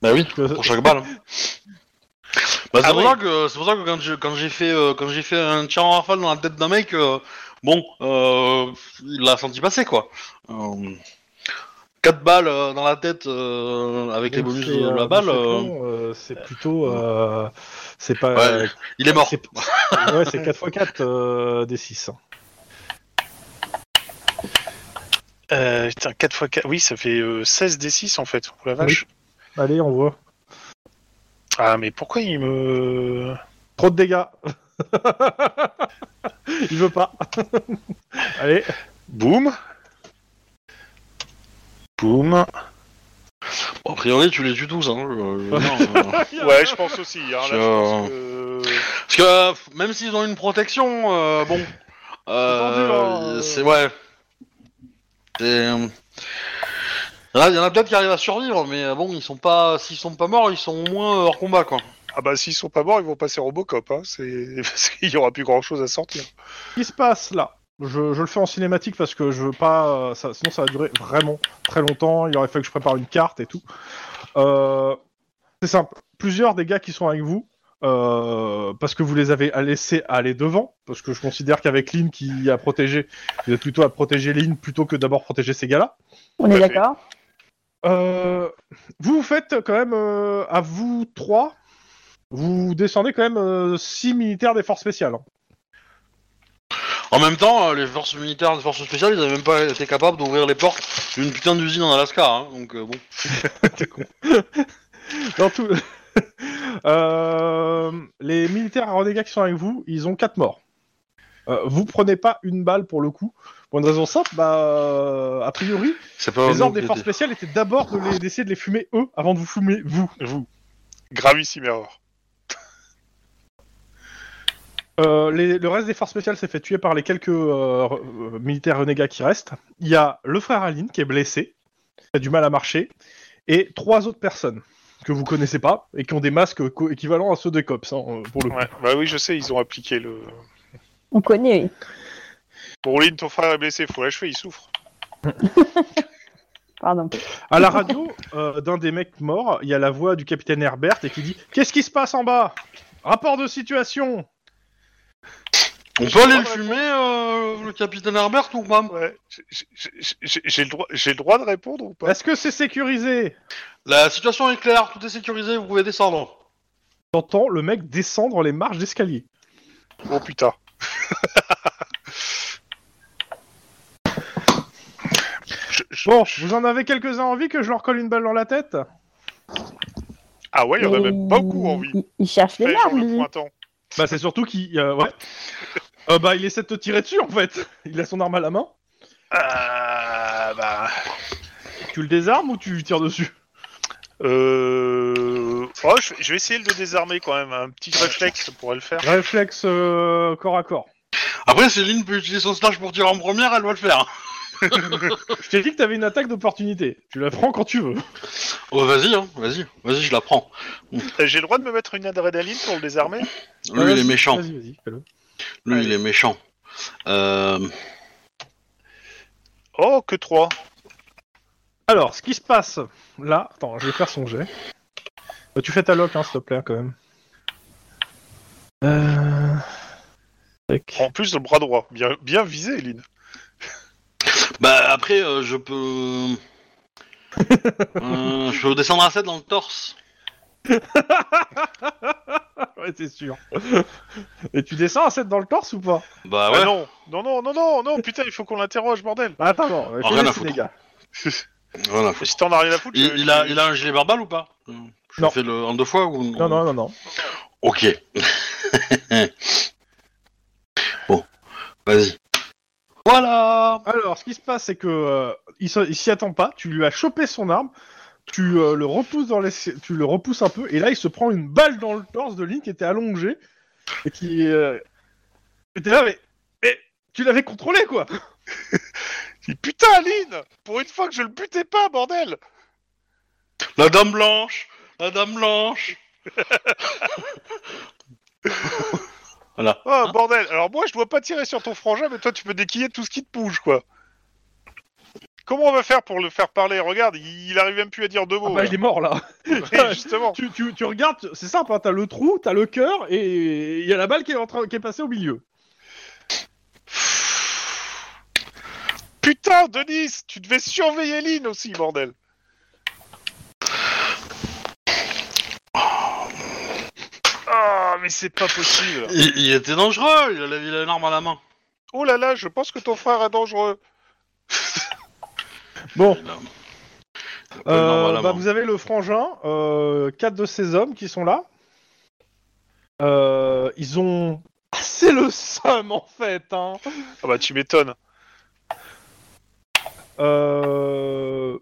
Bah oui,
Que-
pour chaque balle. Bah, c'est
Ah
pour,
ouais.
ça que- c'est pour ça que quand j'ai quand j'ai fait, euh, quand j'ai fait un tir en rafale dans la tête d'un mec, euh, bon, euh, il l'a senti passer quoi. Euh, 4 balles euh, dans la tête euh, avec les
Donc,
bonus
c'est,
de
euh,
la balle, euh,
Buffetlon, euh, c'est plutôt. euh, c'est pas.
Ouais. il est mort.
c'est- ouais, c'est 4 x 4 des 6.
Euh, putain, 4 x 4. Oui, ça fait euh, 16 D6 en fait. Oh la vache.
Allez, on voit.
Ah, mais pourquoi il me.
Trop de dégâts. Il veut pas. Allez,
Boum. Boum.
Bon, a priori, tu les tues tous. Hein, je- je- non, euh,
Ouais, je pense aussi. Hein, là, je pense que-
Parce que euh, même s'ils ont une protection, euh, bon.
tendu,
euh,
hein,
C'est ouais. C'est, euh, Là, il y en a peut-être qui arrivent à survivre, mais euh, bon, ils sont pas, s'ils sont pas morts, ils sont au moins euh, hors combat, quoi.
Ah bah s'ils sont pas morts, ils vont passer Robocop. Hein. C'est parce qu'il y aura plus grand chose à sortir.
ce qui se passe là je, je le fais en cinématique parce que je veux pas. euh, ça- sinon, ça va durer vraiment très longtemps. Il aurait fallu que je prépare une carte et tout. Euh, c'est simple. Plusieurs des gars qui sont avec vous, euh, parce que vous les avez laissés aller devant, parce que je considère qu'avec Lynn qui a protégé, vous êtes plutôt à protéger Lynn plutôt que d'abord protéger ces gars-là.
On est
Tout à fait.
d'accord
Euh, vous vous faites quand même, euh, à vous trois, vous descendez quand même euh, six militaires des forces spéciales. hein.
En même temps, euh, les forces militaires, les forces spéciales, ils avaient même pas été capables d'ouvrir les portes d'une putain d'usine en Alaska, hein, donc euh, bon.
Dans tout- Euh, les militaires à renégats qui sont avec vous, ils ont quatre morts. Euh, vous prenez pas une balle pour le coup, pour une raison simple, bah, euh, a priori,
C'est pas
les ordres des forces spéciales étaient d'abord de les- d'essayer de les fumer eux avant de vous fumer vous.
Vous. Gravissime erreur.
Euh, les- le reste des forces spéciales s'est fait tuer par les quelques euh, re- euh, militaires renégats qui restent. Il y a le frère Aline qui est blessé, qui a du mal à marcher, et trois autres personnes que vous connaissez pas et qui ont des masques co- équivalents à ceux des cops hein, euh, pour le coup.
Ouais. Bah oui, je sais, ils ont appliqué le.
On connaît.
Bon, Lynn, ton frère est blessé, faut l'achever, il souffre.
Pardon.
À la radio euh, d'un des mecs morts, il y a la voix du capitaine Herbert et qui dit Qu'est-ce qui se passe en bas Rapport de situation
On peut aller le fumer, euh, le capitaine Herbert ou pas
Ouais. J'ai- j'ai- j'ai- J'ai le droit, j'ai le droit de répondre ou pas
Est-ce que c'est sécurisé
La situation est claire, tout est sécurisé, vous pouvez descendre.
T'entends le mec descendre les marches d'escalier.
Oh putain. Je- je-
Bon, vous en avez quelques-uns envie que je leur colle une balle dans la tête
Ah ouais, il y en a
Mais
même beaucoup envie. Eh,
Il, il cherche les
Fait, genre
larmes,
le
lui.
printemps.
Bah, c'est surtout qu'il. euh, ouais. Euh, bah, il essaie de te tirer dessus en fait Il a son arme à la main.
Ah bah.
Tu le désarmes ou tu tires dessus
Euh... Oh, je, je vais essayer de le désarmer quand même. Un petit réflexe pourrait le faire.
Réflexe euh, corps à corps.
Après, Céline peut utiliser son slash pour tirer en première, elle va le faire.
Je t'ai dit que t'avais une attaque d'opportunité. Tu la prends quand tu veux.
Oh, vas-y, hein, vas-y, vas-y, je la prends.
Euh, J'ai le droit de me mettre une adrénaline pour le désarmer
Lui, il est méchant.
Vas-y, vas-y, fais-le.
Lui, il est méchant. Euh,
Oh, que 3.
Alors, ce qui se passe là, attends, je vais faire son jet. Euh, tu fais ta loc, hein, s'il te plaît, quand même. Euh... tac.
En plus, le bras droit. Bien, bien visé, Lynn.
bah, après, euh, je peux. Euh, je peux descendre à 7 dans le torse.
Ouais, c'est sûr. Et tu descends à 7 dans le torse ou pas
Bah
Ah
ouais.
non, non, non, non, non, non, putain, il faut qu'on l'interroge, bordel.
Bah, Attends, non,
rien à foutre.
les gars.
Voilà.
Si t'en as rien à foutre,
Il,
je-
il a, il a un gilet verbal ou pas Euh, Je
Non.
fais le en deux fois ou
Non, non, non, non.
Ok. bon, vas-y. Voilà.
Alors, ce qui se passe, c'est que euh, il se- il s'y attend pas. Tu lui as chopé son arme, tu euh, le repousses dans les... tu le repousses un peu, et là, il se prend une balle dans le torse de Lynn qui était allongé et qui euh... était là, mais, mais tu l'avais contrôlé quoi.
il- Putain, Lynn Pour une fois que je le butais pas, bordel
La dame blanche. La dame blanche. voilà.
Oh, bordel Alors moi, je dois pas tirer sur ton frangin, mais toi, tu peux déquiller tout ce qui te bouge, quoi. Comment on va faire pour le faire parler Regarde, il, il arrive même plus à dire deux
Ah
mots.
bah,
là.
il est mort là.
Oui, Justement.
tu, tu, tu regardes, c'est simple, hein, t'as le trou, t'as le cœur, et il y a la balle qui est, en train, qui est passée au milieu.
Putain, Denis, tu devais surveiller Lynn aussi, bordel. Ah, mais c'est pas possible.
Il, il était dangereux, il avait l'arme à la main.
Oh là là, je pense que ton frère est dangereux.
Bon,
Il a- il a pas
euh,
l'arme à la
bah,
main.
vous avez le frangin, euh, quatre de ces hommes qui sont là. Euh, ils ont. C'est le seum en fait, hein.
Ah bah tu m'étonnes.
Euh,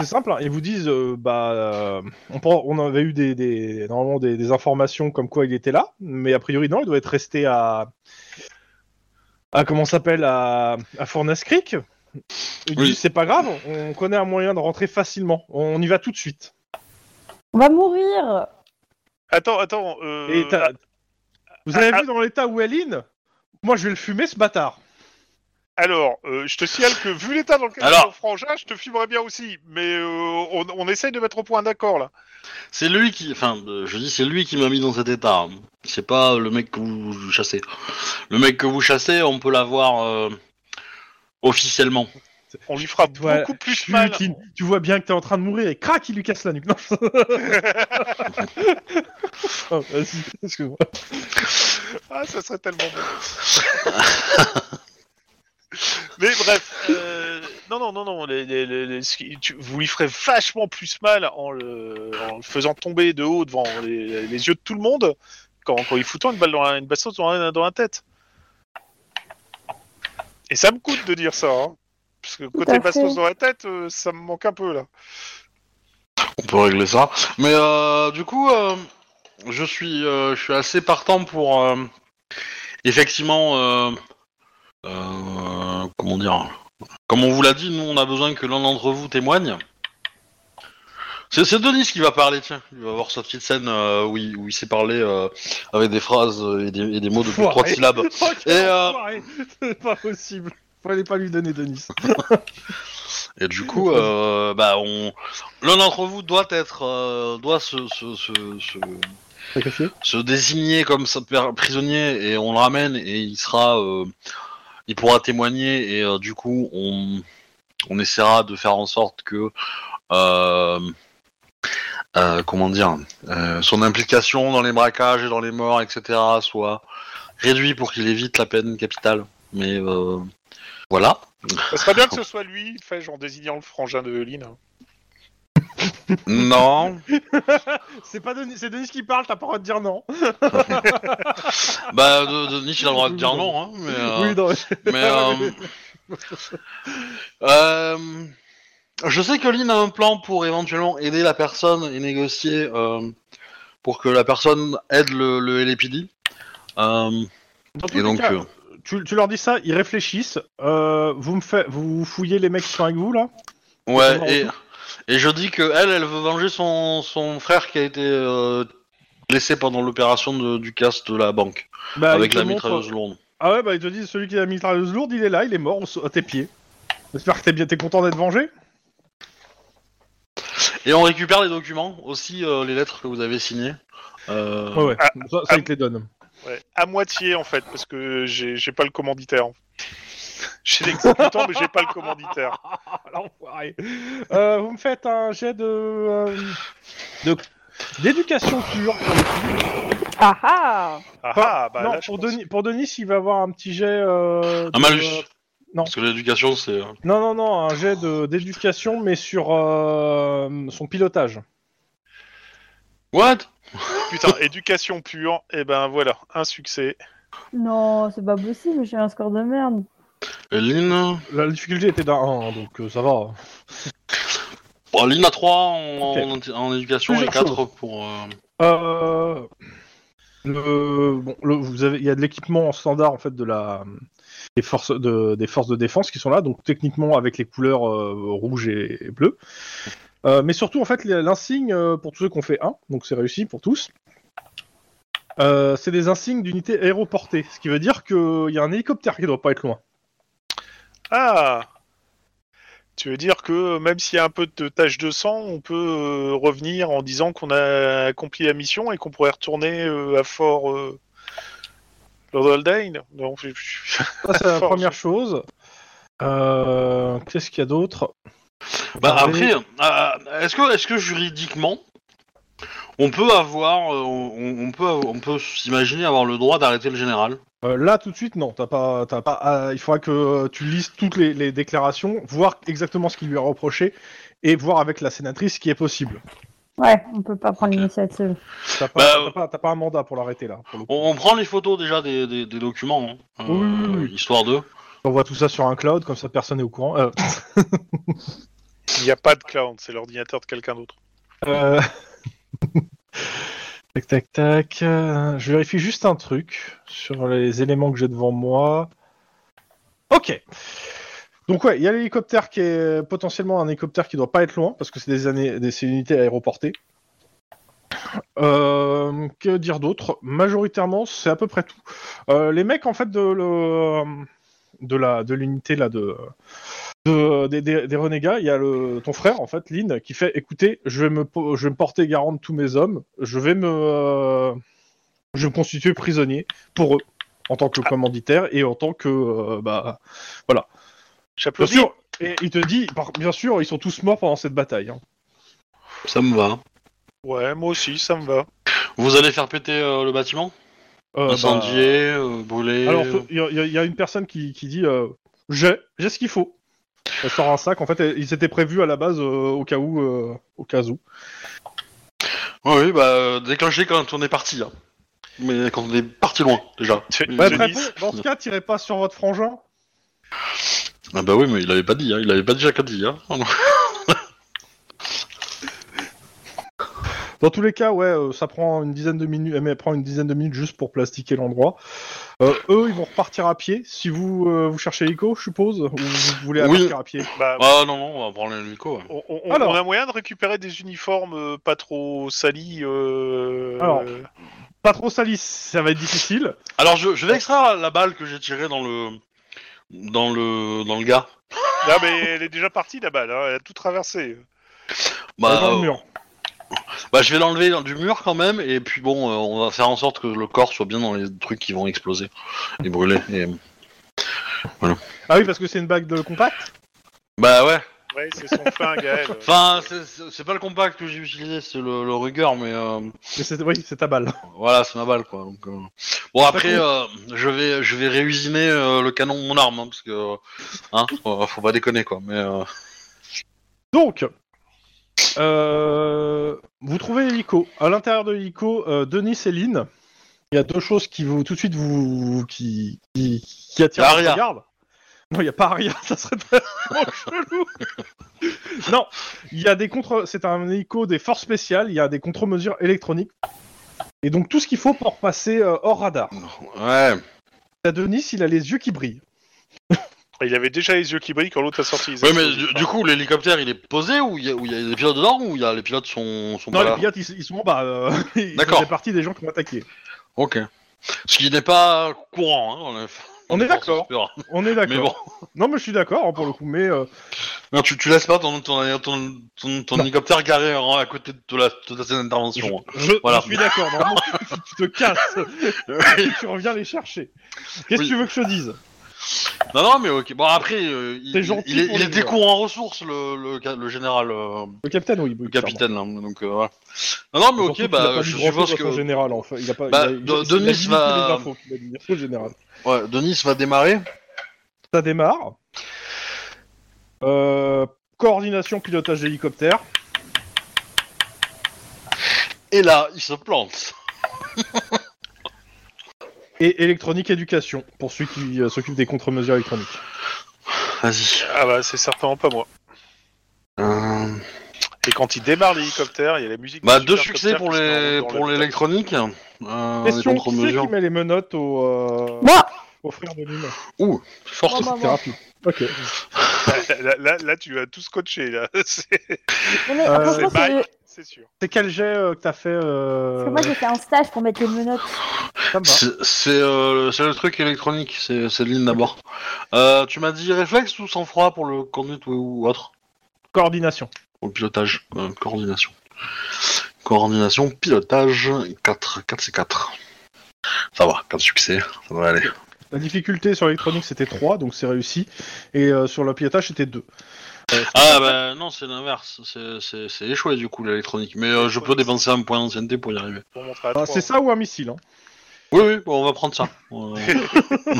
C'est simple, hein, ils vous disent, euh, bah, euh, on, prend- on avait eu des, des- normalement des, des informations comme quoi il était là, mais a priori non, il doit être resté à, à comment ça s'appelle, à, à Furnace Creek. Ils
Oui.
disent, c'est pas grave, on connaît un moyen de rentrer facilement, on y va tout de suite.
On va mourir
Attends, attends. euh,
Et t'as- vous avez
ah,
vu dans l'état où elle est Lynn Moi, je vais le fumer, ce bâtard.
Alors, euh, je te signale que vu l'état dans lequel
Alors.
est mon frangin, je te fumerais bien aussi. Mais euh, on, on essaye de mettre au point un accord là.
C'est lui qui. Enfin, euh, je dis, c'est lui qui m'a mis dans cet état. hein. C'est pas le mec que vous vous chassez. Le mec que vous chassez, on peut l'avoir euh, officiellement.
On lui fera
Voilà.
beaucoup plus
Tu,
mal.
tu- tu vois bien que t'es en train de mourir et crac, il lui casse la nuque. Non, je- Oh, vas-y, excuse-moi.
Ah, ça serait tellement bon. Mais bref, euh, non, non, non, non, les- les- les- les- ce qui- tu- vous lui ferez vachement plus mal en le, en le faisant tomber de haut devant les, les yeux de tout le monde qu'en qu'en lui foutant une balle dans la, une bastos dans la, dans la tête. Et ça me coûte de dire ça, hein, parce que
à
côté
fait.
bastos dans la tête, euh, ça me manque un peu là.
On peut régler ça. Mais euh, du coup, euh, je suis, euh, je suis assez partant pour euh, effectivement, euh, euh, comment dire, comme on vous l'a dit, nous on a besoin que l'un d'entre vous témoigne. C'est c'est Denis qui va parler, tiens. Il va avoir sa petite scène euh, où il, où il s'est parlé euh, avec des phrases et des, et des mots de plus de trois
Enfoiré.
syllabes.
Oh, quel
Et, euh,
enfoiré. C'est pas possible. Fallait pas lui donner Denis.
Et du coup, euh, bah, on... l'un d'entre vous doit être, euh, doit se- se- se- se,
Sacrifié
se désigner comme sa- per- prisonnier et on le ramène et il sera, euh, il pourra témoigner et euh, du coup on, on essaiera de faire en sorte que, euh, euh, comment dire, euh, son implication dans les braquages et dans les morts etc soit réduite pour qu'il évite la peine capitale. Mais euh, voilà.
Ça serait bien que ce soit lui, fait en désignant le frangin de Lynn.
Non.
C'est pas Denis, c'est Denis qui parle, t'as pas le droit de dire non.
Bah, de- Denis, il a le droit de dire non. Hein, mais, euh,
Oui, non.
Mais euh, euh, je sais que Lynn a un plan pour éventuellement aider la personne et négocier euh, pour que la personne aide le, le LAPD. Euh,
Dans tous
et
les
donc,
cas,
euh,
tu, tu leur dis ça, ils réfléchissent. euh, vous me fait, vous fouillez les mecs qui sont avec vous là
ouais,
on va
et, et je dis que elle, elle veut venger son, son frère qui a été euh, blessé pendant l'opération de- du casse de la banque
Bah, ils
avec
te
la
montrent-
mitrailleuse lourde.
Ah ouais, bah ils te disent celui qui a la mitrailleuse lourde, il est là, il est mort on saute à tes pieds. J'espère que t'es bien, t'es content d'être vengé.
Et on récupère les documents aussi, euh, les lettres que vous avez signées. Euh,
Ouais, ouais.
Ah,
ça, ça,
ah.
ils te les donnent.
Ouais, à moitié en fait, parce que j'ai j'ai pas le commanditaire. J'ai l'exécutant, mais j'ai pas le commanditaire.
Ah, l'enfoiré. Euh, vous me faites un jet de. euh, de- d'éducation pure.
Ah ah
Ah,
Enfin,
ah, bah
non,
là, je
pour,
pense-
Denis, pour Denis, il va avoir un petit jet. euh,
Un
de-
malus.
non.
Parce que l'éducation, c'est. euh,
Non, non, non, un jet de- d'éducation, mais sur euh, son pilotage.
What?
Putain, éducation pure, et ben voilà, un succès.
Non, c'est pas possible, j'ai un score de merde.
euh, Lynn
La difficulté était d'un 1, donc euh, ça va.
Bon, Lynn a 3 en,
Ok.
en- en éducation et
Plusieurs
4 pour. euh,
Euh, le, bon, le- vous avez, il y a de l'équipement en standard en fait de la des forces de, des forces de défense qui sont là, donc techniquement avec les couleurs euh, rouge et, et bleu. Euh, mais surtout en fait les- l'insigne euh, pour tous ceux qui ont fait 1, donc c'est réussi pour tous. Euh, c'est des insignes d'unité aéroportée, ce qui veut dire qu'il y a un hélicoptère qui doit pas être loin.
Ah Tu veux dire que même s'il y a un peu de tache de sang, on peut euh, revenir en disant qu'on a accompli la mission et qu'on pourrait retourner euh, à Fort. Euh... Lauderdale Non, je- je-
Ça, c'est la
Forge.
première chose. Euh, Qu'est-ce qu'il y a d'autre
Bah
Regardez.
après, euh, est-ce que, est-ce que juridiquement, on peut avoir, euh, on, on peut, on peut s'imaginer avoir le droit d'arrêter le général
Euh, là, tout de suite, non. T'as pas, t'as pas. ah, il faudra que euh, tu lises toutes les, les déclarations, voir exactement ce qui lui est reproché, et voir avec la sénatrice ce qui est possible.
Ouais, on peut pas prendre l'initiative.
T'as pas,
Bah,
t'as pas- t'as pas un mandat pour l'arrêter là. pour le coup.
on, on prend les photos déjà des, des- des documents, hein, euh,
Oui, oui, oui, oui.
histoire de.
J'envoie tout ça sur un cloud, comme ça personne n'est au courant. Euh,
Il n'y a pas de clown, c'est l'ordinateur de quelqu'un d'autre.
euh, tac, tac, tac. euh, Je vérifie juste un truc sur les éléments que j'ai devant moi. Ok. Donc ouais, il y a l'hélicoptère qui est potentiellement un hélicoptère qui doit pas être loin parce que c'est des années, des c'est une unité aéroportée. Euh, que dire d'autre Majoritairement, c'est à peu près tout. Euh, les mecs en fait de le, de la de l'unité là de, de- des, des- des renégats, il y a le, ton frère en fait, Lynn, qui fait écoutez, je vais me po- je vais me porter garant de tous mes hommes, je vais me euh, je vais me constituer prisonnier pour eux en tant que commanditaire et en tant que euh, bah Bien
J'applaudis.
sûr, et il te dit, par- bien sûr, ils sont tous morts pendant cette bataille. hein.
Ça me va.
Ouais, moi aussi, ça me va.
Vous allez faire péter euh, le bâtiment,
Euh, bah,
incendier, euh, brûler.
alors,
euh,
faut- il y, a- il y a- il y a une personne qui, qui dit, euh, j'ai, j'ai ce qu'il faut. Elle sort un sac. En fait, elle- ils étaient prévus à la base euh, au cas où, euh, au cas où.
Ouais, oui, bah euh, déclencher quand on est parti. hein. Mais quand on est parti loin déjà.
Tu-
Mais-
Bah,
Denis.
après, bon, dans ce cas, tirez pas sur votre frangin.
Ah bah oui, mais il avait pas dit, hein. il avait pas déjà qu'à dit. Hein.
Dans tous les cas, ouais, euh, ça prend une dizaine de minutes. Elle prend une dizaine de minutes juste pour plastiquer l'endroit. Euh, eux, ils vont repartir à pied. Si vous euh, vous cherchez Ico, je suppose, ou vous voulez
Oui.
partir à pied.
Bah,
Ah non, non, on va prendre l'hélico. ouais.
on, on-
Alors.
on a moyen de récupérer des uniformes euh, pas trop salis. euh,
Alors.
euh,
Pas trop salis, ça va être difficile.
Alors je, je vais extraire la balle que j'ai tirée dans le dans le dans le gars.
Non, mais elle est déjà partie, la balle. hein, Elle a tout traversé.
Elle est dans le
euh,
mur.
bah, je vais l'enlever dans- du mur quand même et puis bon, euh, on va faire en sorte que le corps soit bien dans les trucs qui vont exploser et brûler. et- euh.
Ah oui, parce que c'est une bague de compact.
Bah ouais.
Ouais, c'est son flingue à elle.
Enfin, c'est- c'est c'est pas le compact que j'ai utilisé, c'est le, le rugueur, mais euh,
Mais c'est oui, c'est ta balle.
voilà, c'est ma balle quoi. Donc, euh. Bon après, euh, je vais je vais réusiner euh, le canon de mon arme hein, parce que hein, euh, faut pas déconner quoi. Mais euh,
Donc, euh, vous trouvez l'hélico. À l'intérieur de l'hélico, euh, Denis et Lynn, il y a deux choses qui vous tout de suite vous qui qui, qui attirent
Y a
votre
Aria.
regard. Non, il n'y a pas Aria, ça serait tellement chelou. non, il y a des contre. C'est un hélico des forces spéciales. Il y a des contre-mesures électroniques. Et donc tout ce qu'il faut pour passer euh, hors radar.
ouais.
T'as Denis, il a les yeux qui brillent.
Il avait déjà les yeux qui brillent quand l'autre a sorti. les
Ouais, mais
explosifs.
du, du coup, l'hélicoptère, il est posé ou il y, a- ou il y a des pilotes dedans ou il y a les pilotes sont, sont
Non,
pas
les
là
pirates, ils, ils sont en bas. Euh, ils
D'accord.
faisaient partie des gens qui ont attaqué.
Ok. Ce qui n'est pas courant, hein, on, est-
On est
pense
d'accord.
espérer.
On est d'accord.
Mais bon,
Non, mais je suis d'accord hein, pour le coup, mais euh,
non, tu, tu laisses pas ton, ton, ton, ton, ton
Non.
hélicoptère garé hein, à côté de la, de la scène
je,
d'intervention. hein.
je-
Voilà.
je suis d'accord. Normalement, tu, tu te casses et tu reviens les chercher. Qu'est-ce que
Oui.
tu veux que je te dise
Non, non, mais ok. Bon, après, euh, il,
C'est
il-
gentil
il est-
pour
il
les
était
joueurs.
court en ressources, le, le, ca- le général, euh,
Le capitaine, oui,
le capitaine. là, donc, euh, voilà. Non, non, mais ok, bah, je suppose que.
Au général, en fait. Il a pas.
Bah,
il a- il a-
De-
il a
Denis
limité
va-
les infos qu'il a dit au général.
Ouais, Denis va démarrer.
Ça démarre. Euh, coordination, pilotage d'hélicoptère.
Et là, il se plante.
Et électronique éducation, pour ceux qui euh, s'occupent des contre-mesures électroniques.
Vas-y.
Ah bah, c'est certainement pas moi.
Euh,
Et quand il démarre l'hélicoptère, il y a la musique.
Bah,
du
deux
supercoptère
succès pour
qui se met
les
en- dans
pour
le-
l'électronique. Euh, les
Question, qui c'est
contre-mesures.
qui met les menottes au, euh,
Moi
au frère de Lynn
Ouh, c'est fort.
Moi,
ça.
moi,
C'est
moi.
rapide. Ok.
Là, là, là- là, tu as tout scotché, là. C'est
Ah, Non, mais
Euh,
franchement,
c'est
c'est-
Mike. c'est sûr.
C'est quel jet euh, que t'as fait euh...
parce que moi j'ai fait un stage pour mettre les menottes.
ça me va.
C'est c'est, euh, c'est le truc électronique, c'est c'est l'île d'abord. Euh, tu m'as dit réflexe ou sang-froid pour le conduite ou, ou autre
Coordination.
Pour le pilotage, euh, coordination. Coordination, pilotage, 4, 4 c'est 4. Ça va, 4 succès, ça va aller.
La difficulté sur l'électronique c'était 3, donc c'est réussi. Et euh, sur le pilotage c'était 2.
Ah bah non, c'est l'inverse. C'est- C'est c'est échoué du coup l'électronique. Mais euh, je peux dépenser un point d'ancienneté pour y arriver.
Pour montrer à
Ah,
trois.
c'est ça ou un missile hein.
Oui, oui, bon, on va prendre ça. Euh,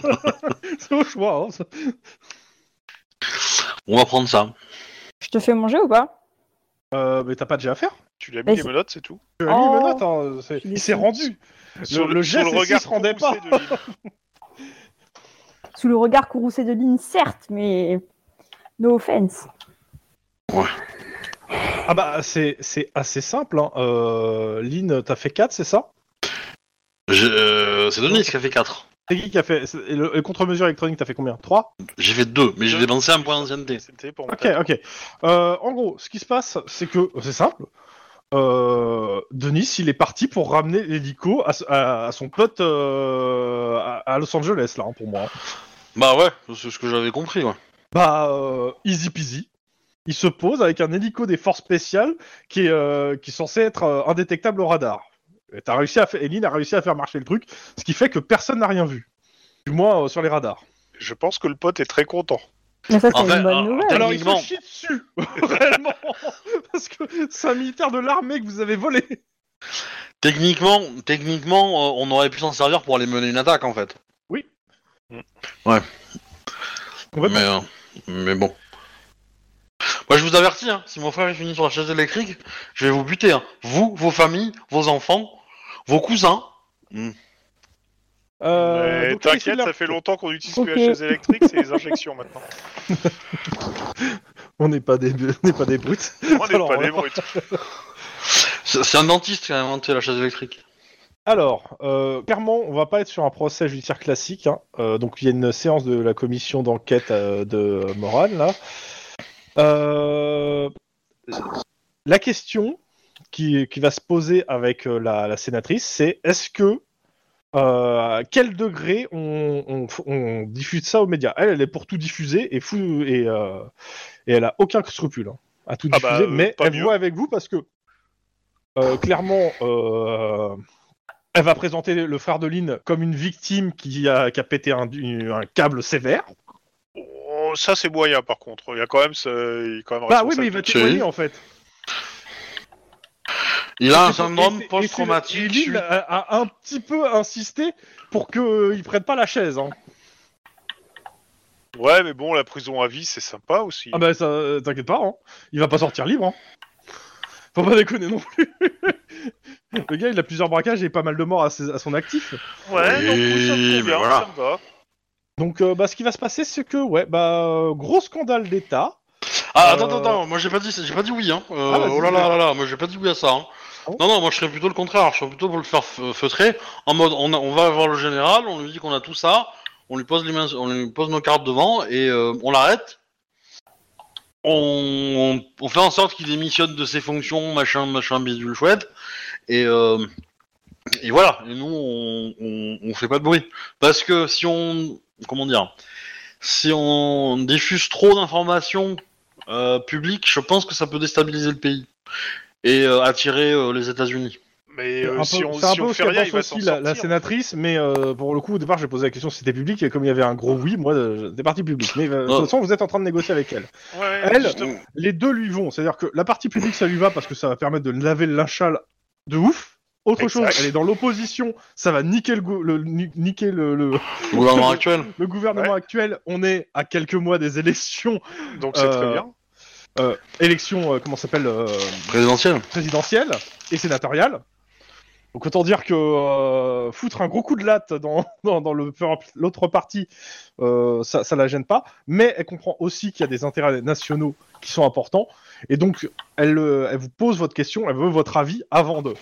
C'est au choix. hein, ça.
on va prendre ça.
Je te fais manger ou pas
Euh, mais t'as pas déjà à faire
Tu lui as
Mais
mis les
c'est-
menottes, c'est tout.
Euh, lui,
Oh.
mais note, hein, c'est-
Je l'ai
Il s'est
fait.
rendu. le geste, c'est s'il se rendait pas.
repoussé de Lynn.
Sous le regard courroucé de Lynn, certes, mais no offense.
Ah bah c'est c'est assez simple. Hein. Euh, Lynn, t'as fait 4, c'est ça
J'ai- euh, c'est Denis qui a fait 4.
C'est qui qui a fait et le, et contre-mesure électronique t'as fait combien 3
J'ai fait 2, mais j'ai
Deux.
dépensé un point d'ancienneté.
C'était pour
Ok, ok. Euh, en gros, ce qui se passe, c'est que c'est simple. Euh, Denis, il est parti pour ramener l'hélico à, s- à- à son pote euh, à, à Los Angeles, là, hein, pour moi.
Bah ouais, c'est ce que j'avais compris. Ouais.
Bah, euh, easy peasy. Il se pose avec un hélico des forces spéciales qui est, euh, qui est censé être euh, indétectable au radar. Et t'as réussi à fa- et Lynn a réussi à faire marcher le truc, ce qui fait que personne n'a rien vu. Du moins euh, sur les radars.
Je pense que le pote est très content.
Mais ça, c'est
Enfin,
une
euh,
bonne nouvelle.
Alors Ah, il
Techniquement.
se chie dessus, réellement, parce que c'est un militaire de l'armée que vous avez volé.
Techniquement, techniquement euh, on aurait pu s'en servir pour aller mener une attaque en fait.
Oui.
Mm.
Ouais.
Complètement.
Mais, euh, mais bon. Moi je vous avertis, hein, si mon frère est fini sur la chaise électrique, je vais vous buter. hein. Vous, vos familles, vos enfants, vos cousins.
Euh,
Mais
donc,
T'inquiète,
Priscilla-
ça fait longtemps qu'on utilise
Ok.
plus la chaise électrique, c'est les injections maintenant.
On n'est pas des, on n'est pas des brutes.
On n'est
Alors, hein.
pas
voilà.
des brutes.
C'est c'est un dentiste qui a inventé la chaise électrique.
Alors, euh, clairement, on va pas être sur un procès judiciaire classique. hein. Euh, donc, il y a une séance de la commission d'enquête euh, de Morane là. Euh, la question qui, qui va se poser avec euh, la, la sénatrice, c'est est-ce que euh, à quel degré on, on f- on diffuse ça aux médias Elle, elle est pour tout diffuser et fou, et, euh, et elle a aucun scrupule hein, à tout
Ah
diffuser,
bah, euh,
mais
pas
elle
mieux.
voit avec vous parce que euh, clairement. euh, elle va présenter le frère de Lynn comme une victime qui a, qui a pété un, une- un câble sévère.
Oh, ça, c'est moyen par contre. Il y a quand même. ce- Il est quand même
Bah oui, mais il va
responsable.
Chérie.
témoigner en fait.
Il a un
Et c'est- et
syndrome
c'est- et
post-traumatique.
c'est- et
suite-
Lynn a, a un petit peu insisté pour qu'il ne prenne pas la chaise. hein.
Ouais, mais bon, la prison à vie, c'est sympa aussi.
Ah bah ça, euh, t'inquiète pas, hein. il va pas sortir libre. hein. Faut pas déconner non plus. le gars, il a plusieurs braquages et pas mal de morts à, ses- à son actif.
Ouais,
Oui,
non, plus, ça me
mais
convient,
voilà.
ça me va.
Donc, euh, bah, ce qui va se passer, c'est que, ouais, bah, euh, gros scandale d'État.
Ah,
Euh,
attends, attends, attends, moi j'ai pas dit, j'ai pas dit oui, hein. Euh,
Ah, vas-y,
oh là là
vas-y.
là là, moi j'ai pas dit oui à ça, hein.
Ah bon
Non, non, moi je serais plutôt le contraire, je serais plutôt pour le faire fe- feutrer, en mode on, a- on va voir le général, on lui dit qu'on a tout ça, on lui pose, les mains, on lui pose nos cartes devant et euh, on l'arrête. On, on, on fait en sorte qu'il démissionne de ses fonctions, machin, machin, bidule chouette, et, euh, et voilà, et nous on, on, on fait pas de bruit. Parce que si on. Comment dire Si on diffuse trop d'informations euh, public, je pense que ça peut déstabiliser le pays et euh, attirer euh, les États-Unis.
Mais
Un
euh,
peu-
si on,
c'est un
si
peu
on
ce
fait
qu'a
rien,
pensé
il va s'en
aussi la, la
sortir.
sénatrice, mais euh, pour le coup, au départ, j'ai posé la question si c'était public, et comme il y avait un gros oui, moi, euh, j'étais parti public. Mais euh, de
Oh.
toute façon, vous êtes en train de négocier avec elle.
Ouais,
Elle,
justement.
Les deux lui vont, c'est-à-dire que la partie publique, ça lui va parce que ça va permettre de laver le lynchal de ouf. Autre chose,
Exact.
elle est dans l'opposition, ça va niquer le, go- le- ni- niquer le, le-
Le gouvernement actuel.
le gouvernement actuel. On est à quelques mois des élections,
donc c'est très
euh,
bien.
élections, euh, comment ça s'appelle euh,
Présidentiel.
présidentielle et sénatoriale. Donc autant dire que euh, foutre un gros coup de latte dans, dans, dans le- l'autre partie, euh, ça, ça la gêne pas. Mais elle comprend aussi qu'il y a des intérêts nationaux qui sont importants. Et donc, elle, euh, elle vous pose votre question, elle veut votre avis avant d'eux.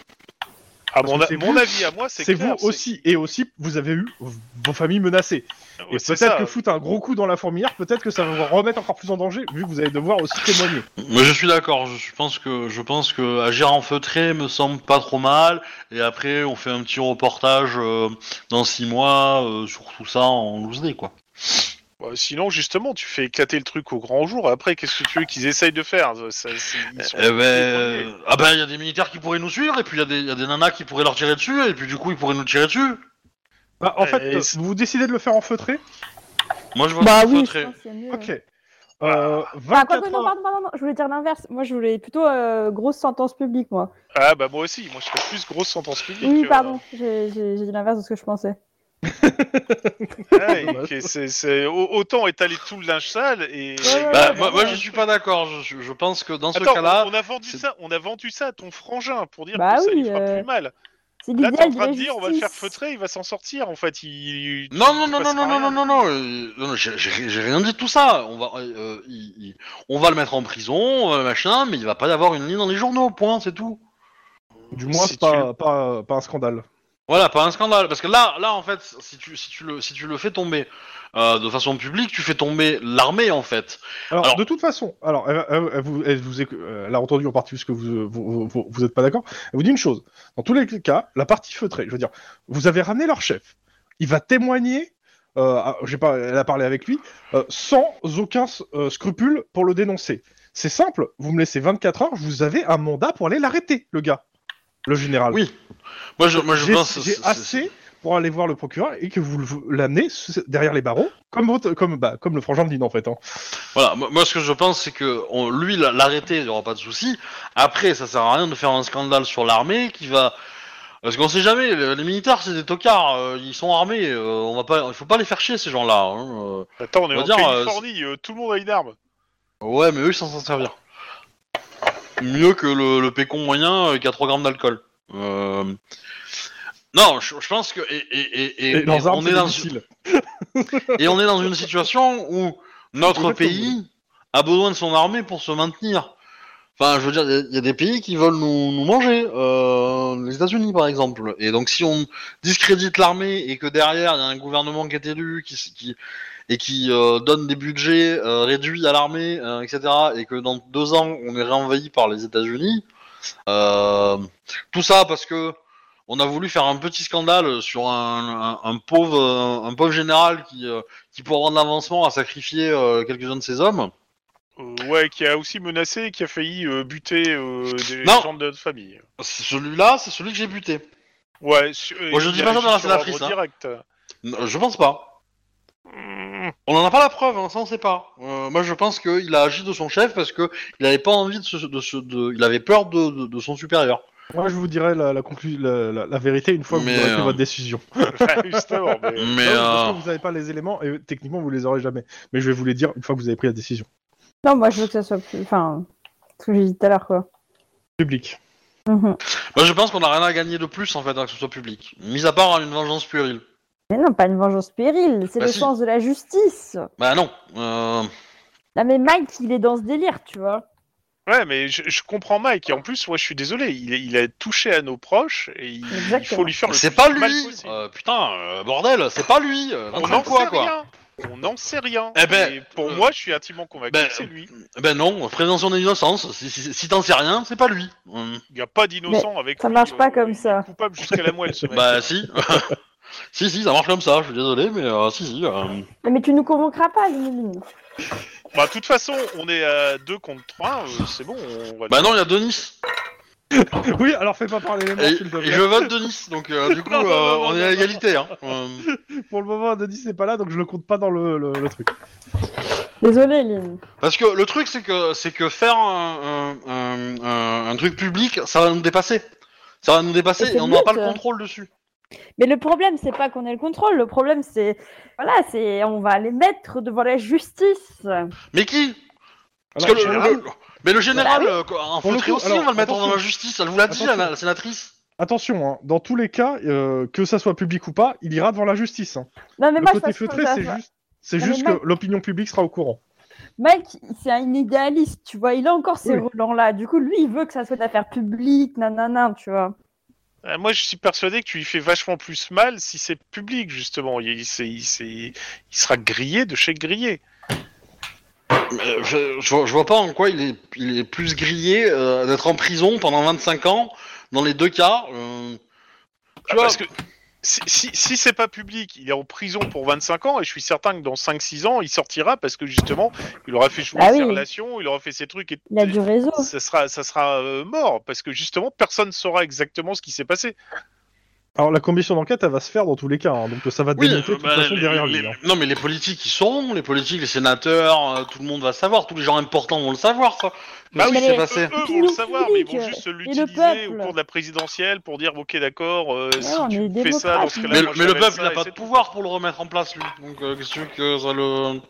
À
parce
Ah, mon,
que
a-
c'est
mon
vous-
avis à moi, c'est
C'est vous
clair,
aussi. Et aussi, vous avez eu vos familles menacées.
c'est-
Et
c'est
peut-être
ça.
que foutre un gros coup dans la fourmilière, peut-être que ça va vous remettre encore plus en danger, vu que vous allez devoir aussi témoigner.
Mais je suis d'accord. Je je pense que je pense que agir en feutré me semble pas trop mal. Et après, on fait un petit reportage euh, dans six mois euh, sur tout ça en loose day, quoi.
Ouais, Bah, Sinon, justement, tu fais éclater le truc au grand jour. Après, qu'est-ce que tu veux qu'ils essayent de faire Ça, c'est- ils sont-
Eh ben,
les premiers.
euh, ah ben, il y a des militaires qui pourraient nous suivre, et puis il y, a des- il y a des nanas qui pourraient leur tirer dessus, et puis du coup, ils pourraient nous tirer dessus.
Bah, en fait,
Et
euh,
c'est-
vous décidez de le faire enfeutrer
Moi, je vois
Bah
le
oui, je
feutré.
pense que c'est mieux.
Ok. Euh,
Enfin, quoi que
24
non,
heures.
pardon, pardon, non, je voulais dire l'inverse. Moi, je voulais plutôt euh, grosse sentence publique, moi.
Ah bah moi aussi, moi je fais plus grosse sentence publique.
Oui,
euh,
pardon, j'ai j'ai- j'ai dit l'inverse de ce que je pensais.
ah, et que c'est- c'est- au- Autant étaler tout le linge sale et.
Ouais, ouais,
Bah,
ouais,
moi,
ouais.
moi, je suis pas d'accord. Je, je pense que dans ce
Attends,
cas-là,
on- on a vendu
c'est-
ça, on a vendu ça à ton frangin pour dire
Bah
que ça lui
oui,
fera
euh,
plus mal.
C'est
Là t'es en
l'idéal de
train
la
de dire on va le faire
justice.
feutrer, il va s'en sortir en fait. Il...
Non, non,
il
non, non,
passera
non, non, non,
rien.
non, non, euh, non, non, j'ai j'ai- j'ai rien dit de tout ça. On va, euh, euh, il- il- on va le mettre en prison, euh, machin, mais il va pas y avoir une ligne dans les journaux, point, c'est tout.
Du moins,
Si
c'est pas, pas, pas un scandale.
Voilà, pas un scandale. Parce que là, là, en fait, si tu, si tu le, si tu le fais tomber euh, de façon publique, tu fais tomber l'armée, en fait.
Alors,
Alors-
de toute façon, alors, elle, elle- elle vous, elle, vous éc- euh, elle a entendu en partie parce que vous vous, vous, vous êtes pas d'accord. Elle vous dit une chose. Dans tous les cas, la partie feutrée, je veux dire, vous avez ramené leur chef. Il va témoigner. Euh, ah, j'ai pas, elle a parlé avec lui euh, sans aucun euh, scrupule pour le dénoncer. C'est simple. Vous me laissez 24 heures. Vous avez un mandat pour aller l'arrêter, le gars, le général.
Oui. Moi, je, moi, je
J'ai
pense.
j'ai
c'est- c'est-
assez pour aller voir le procureur et que vous le- l'amenez sous- derrière les barreaux, comme, votre- comme, bah, comme le frangin me dit en fait. hein.
Voilà, moi, moi, ce que je pense, c'est que on- lui, la- l'arrêter, il n'y aura pas de souci. Après, ça sert à rien de faire un scandale sur l'armée qui va. Parce qu'on sait jamais, le- les militaires, c'est des tocards, euh, ils sont armés, euh, on va pas, il faut pas les faire chier, ces gens-là. hein, euh.
Attends, on
On
est
va
en
dire, euh,
Californie, euh, tout le monde a une arme.
Ouais, mais eux, ils savent s'en servir. Mieux que le, le pécon moyen euh, qui a 3 grammes d'alcool. Euh, Non, je, je pense que. Et, et- et- et-
Et
et
leurs armes,
on
c'est
est
des
dans,
missiles.
et on est dans une situation où notre
Exactement.
pays a besoin de son armée pour se maintenir. Enfin, je veux dire, il y a- il y, a des pays qui veulent nous, nous manger, euh, les États-Unis par exemple. Et donc, si on discrédite l'armée et que derrière il y a un gouvernement qui est élu, qui, s- qui et qui euh, donne des budgets euh, réduits à l'armée, euh, etc., et que dans deux ans on est réenvahi par les États-Unis, euh, tout ça parce que on a voulu faire un petit scandale sur un, un- un pauvre, euh, un pauvre général qui, euh, qui pour avoir de l'avancement a sacrifié euh, quelques-uns de ses hommes.
Euh, ouais, qui a aussi menacé et qui a failli euh, buter euh, des
Non.
gens de notre famille.
C'est Celui-là, c'est celui que j'ai buté.
Ouais, su- euh,
Moi, je
il
dis
a
pas ça
agi
dans la
sur ordre
sénatrice, hein.
direct.
N- Je pense pas.
Mmh.
On n'en a pas la preuve, hein, ça on sait pas. Euh, moi je pense qu'il a agi de son chef parce que il avait pas envie de se, de se- de- il avait peur de, de- de son supérieur.
Moi, je vous dirai la, la, conclu- la, la- la vérité une fois que
Mais,
vous aurez pris
euh,
votre décision.
Ouais, justement, mais-
Mais
Non,
euh,
parce que vous n'avez pas les éléments et euh, techniquement, vous les aurez jamais. Mais je vais vous les dire une fois que vous avez pris la décision.
Non, moi, je veux que ça soit plus. Enfin, ce que j'ai dit tout à l'heure, quoi.
Public.
Mhm.
moi, je pense qu'on a rien à gagner de plus en fait à que ce soit public, mis à part une vengeance puérile.
Mais non, pas une vengeance puérile, c'est
Bah
le
si.
sens de la justice.
Bah non. Euh,
Là, mais Mike, il est dans ce délire, tu vois.
Ouais, mais je, je comprends Mike. Et en plus, moi, je suis désolé. Il, est- il a touché à nos proches et il, il
Exactement.
faut lui faire le
c'est
plus
pas
de mal
lui.
possible.
Euh, putain, euh, bordel, c'est pas lui. Euh,
On
25
n'en
fois,
sait
quoi.
rien. On n'en sait rien.
Eh ben,
Et pour
euh,
moi, je suis intimement convaincu
ben,
que c'est lui.
Ben non, présomption d'innocence. Si, si- si t'en sais rien, c'est pas lui. Hum.
Il n'y a pas d'innocent avec
ça
lui,
marche pas
euh,
comme
il est
ça.
coupable jusqu'à la moelle, ce mec.
Bah si. si, si, ça marche comme ça, je suis désolé, mais euh, si, si. euh.
Mais tu nous convaincras pas, Lily.
Bah, de toute façon, on est à 2 contre 3. c'est bon. On va
Bah non, il y a Denis.
Oui, alors fais pas parler les
Et,
mots, s'il te
et je
plaît.
vote Denis, donc euh, du coup,
Non, non,
euh,
non,
on
non,
est à
non,
égalité. Hein. Euh,
Pour le moment, Denis n'est pas là, donc je le compte pas dans le, le- le truc.
Désolée, Lily.
parce que le truc, c'est que, c'est que faire un, un- un- un- un truc public, ça va nous dépasser. Ça va nous
Et
dépasser
c'est
et on n'aura pas le
mieux, ça.
contrôle dessus.
Mais le problème, c'est pas qu'on ait le contrôle. Le problème, c'est. Voilà, c'est. On va les mettre devant la justice.
Mais qui Parce
Alors,
que le-
Ah général,
le- le- mais le général,
Bah
euh, quoi, un
Pour le
feutré
coup,
aussi,
alors,
on va le mettre dans
attention.
la justice. Elle vous l'a dit, la, la sénatrice.
Attention, hein, dans tous les cas, euh, que ça soit public ou pas, il ira devant la justice. hein.
Non, mais
le
moi,
côté
je pense
feutré,
comme ça,
c'est
je vois.
juste, c'est
Non,
juste
mais
que l'opinion publique sera au courant.
Mike, c'est un idéaliste, tu vois. Il a encore ces
Oui.
relents-là. Du coup, lui, il veut que ça soit une affaire publique, nanana, tu vois.
Euh, Moi, je suis persuadé que tu lui fais vachement plus mal si c'est public, justement. Il, il s'est- il s'est- il sera grillé de chez grillé.
Euh, je, je vois- je vois pas en quoi il est, il est plus grillé euh, d'être en prison pendant 25 ans, dans les deux cas. euh, tu vois,
Ah, Parce que si, si, si c'est pas public, il est en prison pour 25 ans et je suis certain que dans 5-6 ans, il sortira parce que justement, il aura fait jouer
Ah
ses
oui.
relations, il aura fait ses trucs et
Il a du réseau.
ça sera, ça sera euh, mort parce que justement, personne saura exactement ce qui s'est passé.
Alors la commission d'enquête, elle va se faire dans tous les cas, hein, donc ça va
Oui,
démonter
euh,
de toute
bah,
façon
les-
derrière
les-
lui. hein.
Non, mais les politiques, ils sauront. Les politiques, les sénateurs, euh, tout le monde va savoir. Tous les gens importants vont le savoir, ça.
Bah
Qu'est-ce
oui,
qui s'est
mais-
passé
Eux, eux
Puis
vont le
nous,
savoir, mais ils vont
public,
juste
peuple.
l'utiliser au cours de la présidentielle pour dire ok d'accord, euh, si
on est
tu fais ça, dans
démocrate,
ce
nous.
cas-là,
Mais,
moi, je
mais le
t'amène
peuple,
ça,
il n'a
et
pas
c'est
de
tout.
pouvoir pour le remettre en place, lui. Donc, euh, qu'est-ce que tu veux que ça le.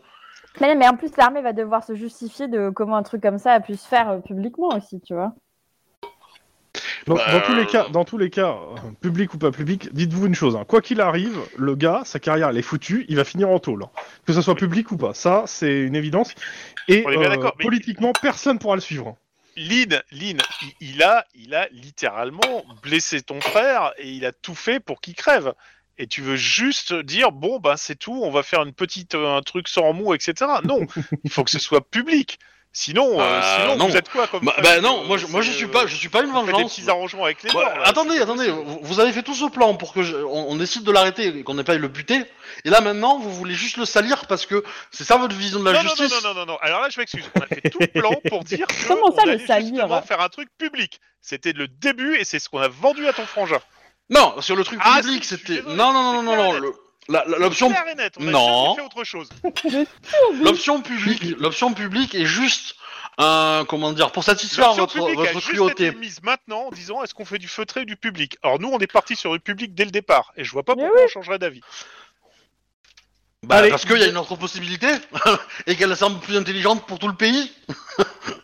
Mais, mais en plus, l'armée va devoir se justifier de comment un truc comme ça a pu se faire euh, publiquement aussi, tu vois.
Dans,
Bah,
dans tous les
euh,
cas, dans tous les cas, euh, public ou pas public, dites-vous une chose. hein, Quoi qu'il arrive, le gars, sa carrière, elle est foutue. Il va finir en tôle, hein. que ça soit public ou pas. Ça, c'est une évidence. Et
On est bien
euh,
d'accord, mais-
politiquement, personne pourra le suivre. hein.
Lynn, Lynn, il, il a, il a littéralement blessé ton frère et il a tout fait pour qu'il crève. Et tu veux juste dire bon bah c'est tout, on va faire une petite euh, un truc sans mou, etc. Non, il faut que ce soit public. Sinon, euh,
Bah,
sinon
non.
vous êtes quoi comme
Bah,
famille,
bah non,
euh,
moi, je, moi, je
c'est,
suis
euh,
pas, je suis pas une
vous faites des
vengeance.
petits arrangements avec les
Bah,
morts, là.
attendez,
euh, C'est-
attendez, vous, vous avez fait tout ce plan pour que je- on, on décide de l'arrêter et qu'on n'ait pas eu le buter. Et là maintenant, vous voulez juste le salir parce que c'est ça votre vision de la
non, non, non,
justice.
non, non, non, non. Alors là, je m'excuse. On a fait tout le plan pour dire que
Comment ça,
on
le
allait
salir
justement faire un truc public. C'était le début et c'est ce qu'on a vendu à ton frangin.
non, sur le truc
Ah,
public,
si, je suis
c'était
désolé,
non, non, non,
c'est
non, non,
clair et
le- la- la- l'option,
Clair et net. On a
Non.
jamais fait autre chose.
l'option publique, l'option publique est juste un comment dire pour satisfaire
L'option
votre
publique a
votre
juste
cruauté.
été mise maintenant en disant est-ce qu'on fait du feutré ou du public Alors nous, on est parti sur du public dès le départ et je vois pas
Mais
pourquoi on changerait d'avis.
Bah,
Allez.
parce qu'il y a une autre possibilité et qu'elle semble plus intelligente pour tout le pays.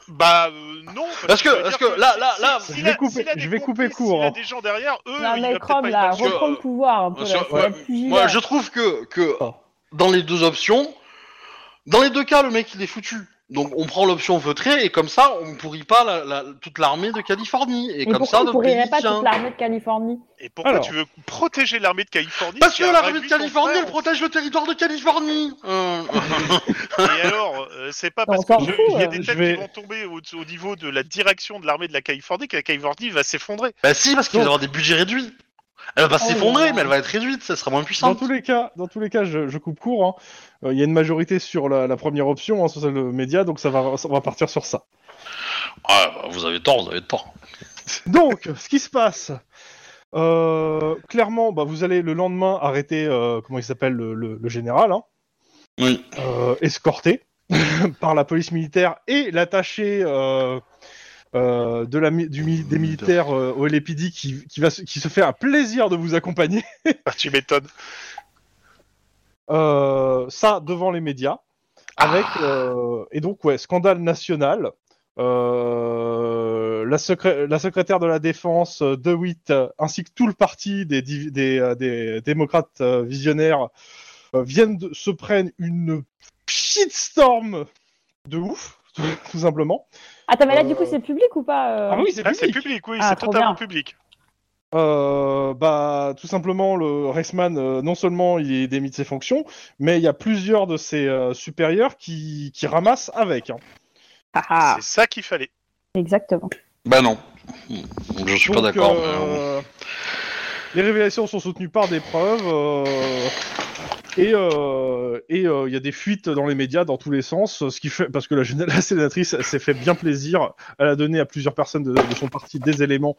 Bah euh, non.
Parce que-
ça veut
parce
dire
que là- là- là-
Je
s'il
vais
a-
couper-
s'il a des
je vais couper
complices,
court,
S'il a
hein.
des gens derrière, eux,
Non,
il
mais
va peut-être
Chrome,
pas y
là,
passer.
parce que,
reprends le
euh,
pouvoir un peu.
sur-
là, faut
ouais,
être vigilant.
Moi, je trouve que, que dans les deux options, dans les deux cas, le mec il est foutu. Donc on prend l'option feutrée et comme ça on ne pourrit pas la- la- toute l'armée de Californie et
Mais
comme
pourquoi
ça hein.
on
notre
pourrirait
pays
pas
tient.
toute l'armée de Californie
Et pourquoi
Alors.
tu veux protéger l'armée de Californie
Parce
qui
que
a
l'armée de
réduit ton
Californie
frère
elle protège le territoire de Californie. Euh,
Et alors, euh, c'est pas
Non,
parce
on s'en
qu'il
fout,
y a
euh.
des
Je
têtes
vais-
qui vont tomber au, au niveau de la direction de l'armée de la Californie que la Californie va s'effondrer.
bah si parce qu'il va y
Donc-
avoir des budgets réduits. Elle va pas
Oh là
s'effondrer
là.
mais elle va être réduite, ça sera moins
Dans
puissante.
tous les cas, dans tous les cas, je, je coupe court. hein. Euh, Il y a une majorité sur la, la première option, hein, sur celle de média, donc ça va, on va partir sur ça.
Ah, bah, vous avez tort, vous avez tort.
Donc, ce qui se passe, euh, clairement, bah, vous allez le lendemain arrêter, euh, comment il s'appelle, le, le- le général, hein,
Oui.
euh, escorté par la police militaire et l'attaché euh, euh, de la mi- du mi- des militaires euh, au LAPD qui, qui va se- qui se fait un plaisir de vous accompagner,
Ah, tu m'étonnes.
euh, ça devant les médias. Avec, euh, et donc, ouais, scandale national. Euh, la, secré- la secrétaire de la défense, euh, DeWitt, euh, ainsi que tout le parti des, div- des, euh, des démocrates euh, visionnaires euh, viennent de- se prennent une shitstorm de ouf, tout simplement.
Attends, mais là, du coup,
Euh,
c'est public ou pas euh
Ah oui, c'est
Ah, c'est
public.
public, oui,
Ah,
c'est
trop
totalement
bien.
public.
Euh, bah, tout simplement, le Rexman, euh, non seulement il est démis de ses fonctions, mais il y a plusieurs de ses euh, supérieurs qui, qui ramassent avec. hein.
Ah, ah,
C'est ça qu'il fallait.
Exactement.
Bah non. Je suis pas
Donc,
d'accord. mais, euh,
euh, Les révélations sont soutenues par des preuves euh, et euh, et, euh, il y a des fuites dans les médias dans tous les sens, ce qui fait parce que la, gén- la sénatrice elle s'est fait bien plaisir, elle a donné à plusieurs personnes de, de son parti des éléments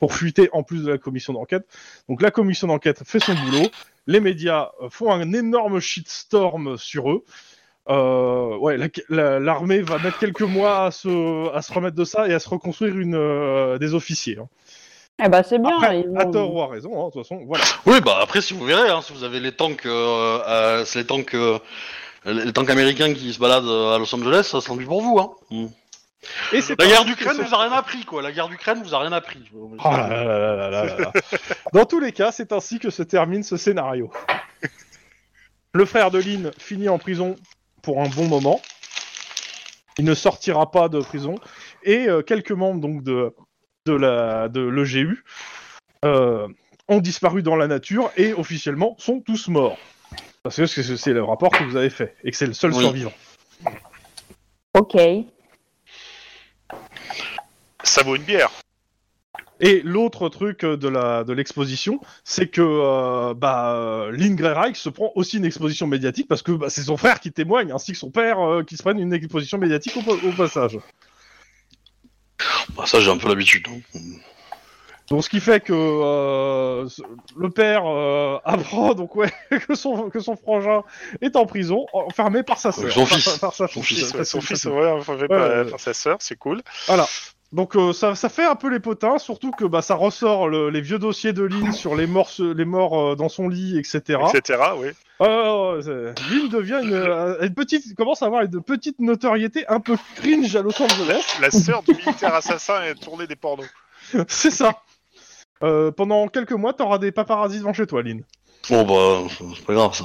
pour fuiter en plus de la commission d'enquête. Donc la commission d'enquête fait son boulot, les médias euh, font un énorme shitstorm sur eux. Euh, ouais, la- la- l'armée va mettre quelques mois à se, à se remettre de ça et à se reconstruire une, euh, des officiers. hein.
Eh ben, c'est bien.
Après,
ils vont-
à tort ou à raison, hein, de toute façon, voilà.
Oui, bah après, si vous verrez, hein, si vous avez les tanks, euh, euh, c'est les tanks, euh, les tanks américains qui se baladent euh, à Los Angeles, ça sera du pour vous. Hein.
Et c'est
La
pas-
guerre d'Ukraine Ah.
c'est-
vous a rien appris, quoi. La guerre d'Ukraine vous a rien appris.
Oh là là là là là là là. Dans tous les cas, c'est ainsi que se termine ce scénario. Le frère de Lynn finit en prison pour un bon moment. Il ne sortira pas de prison. Et euh, quelques membres donc de, de, la, de l'EGU euh, ont disparu dans la nature et officiellement sont tous morts. Parce que c'est c'est le rapport que vous avez fait et que c'est le seul
Oui.
survivant.
Ok.
Ça vaut une bière.
Et l'autre truc euh, de la de l'exposition, c'est que euh, bah euh, Lynn Greyreich se prend aussi une exposition médiatique parce que bah, c'est son frère qui témoigne ainsi que son père euh, qui se prennent une exposition médiatique au, au passage.
hein. Bah, ça, j'ai un peu l'habitude.
Donc ce qui fait que euh, ce- le père euh, apprend donc ouais que son que son frangin est en prison, enfermé par sa sœur.
Son
Par-
fils.
par sa-
Son
fille,
fils.
ouais,
son
c'est-
fils,
c'est-
ouais, enfin, fait par-
ouais.
par sa sœur, c'est cool.
Donc euh, ça, ça fait un peu les potins, surtout que bah, ça ressort le- les vieux dossiers de Lynn sur les morts, se- les morts euh, dans son lit, etc.
Etc. Oui.
Euh, c'est- Lynn devient une, euh, une petite, commence à avoir une petite notoriété un peu cringe à Los Angeles.
La sœur du militaire assassin a tourné des pornos.
C'est ça. Euh, pendant quelques mois, t'auras des paparazzis devant chez toi, Lynn.
Bon, bah, c'est pas grave, ça.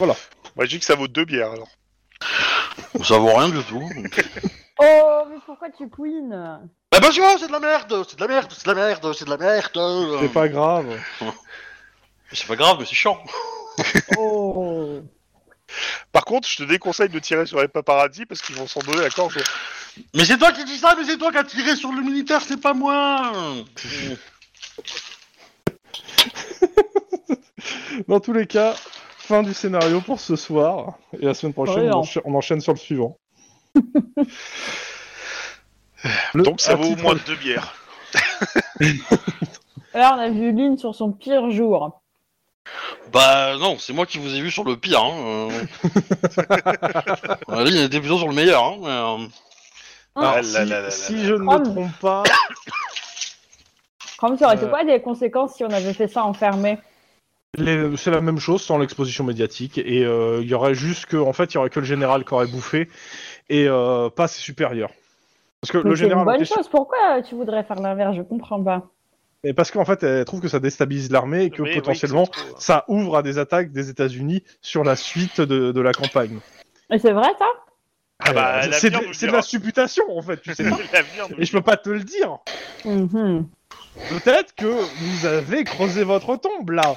Moi, je dis que ça vaut deux bières, alors.
Ça vaut rien du tout.
Oh, mais pourquoi tu couines
Bah, parce que c'est de la merde, c'est de la merde, c'est de la merde, c'est de la merde. euh.
C'est pas grave.
C'est pas grave, mais c'est chiant.
Oh
Par contre, je te déconseille de tirer sur les paparazzis parce qu'ils vont s'en donner la corde.
Mais c'est toi qui dis ça, mais c'est toi qui as tiré sur le militaire, c'est pas moi.
Dans tous les cas, fin du scénario pour ce soir. Et la semaine prochaine,
Ouais,
on,
hein.
encha- on enchaîne sur le suivant. Le-
Donc, ça
à
vaut au
titre-
moins deux bières.
Là, on a vu Lynn sur son pire jour.
Bah non, c'est moi qui vous ai vu sur le pire. Hein. euh. Lynn était plutôt sur le meilleur. Hein, mais, euh,
Alors,
Ah
si,
là là là
si
là
je ne
là.
me trompe pas,
Comme ça aurait été
Euh.
quoi les conséquences si on avait fait ça enfermé
les- c'est la même chose sans l'exposition médiatique. Et euh, il y aurait juste que, en fait, il y aurait que le général qui aurait bouffé et euh, pas ses supérieurs. Parce que le
Mais C'est
général.
une
en
bonne
question-
chose. Pourquoi tu voudrais faire l'inverse Je comprends pas.
Et parce qu'en fait, elle trouve que ça déstabilise l'armée et que
Mais oui,
potentiellement,
c'est trop, hein.
ça ouvre à des attaques des États-Unis sur la suite de, de la campagne.
Et c'est vrai, ça
Ah bah,
Euh,
l'avenir
c'est
nous
de,
le
c'est de
dira.
la supputation en fait, tu sais pas.
L'avenir nous
Et je peux pas te le dire.
Mhm.
Peut-être que vous avez creusé votre tombe là.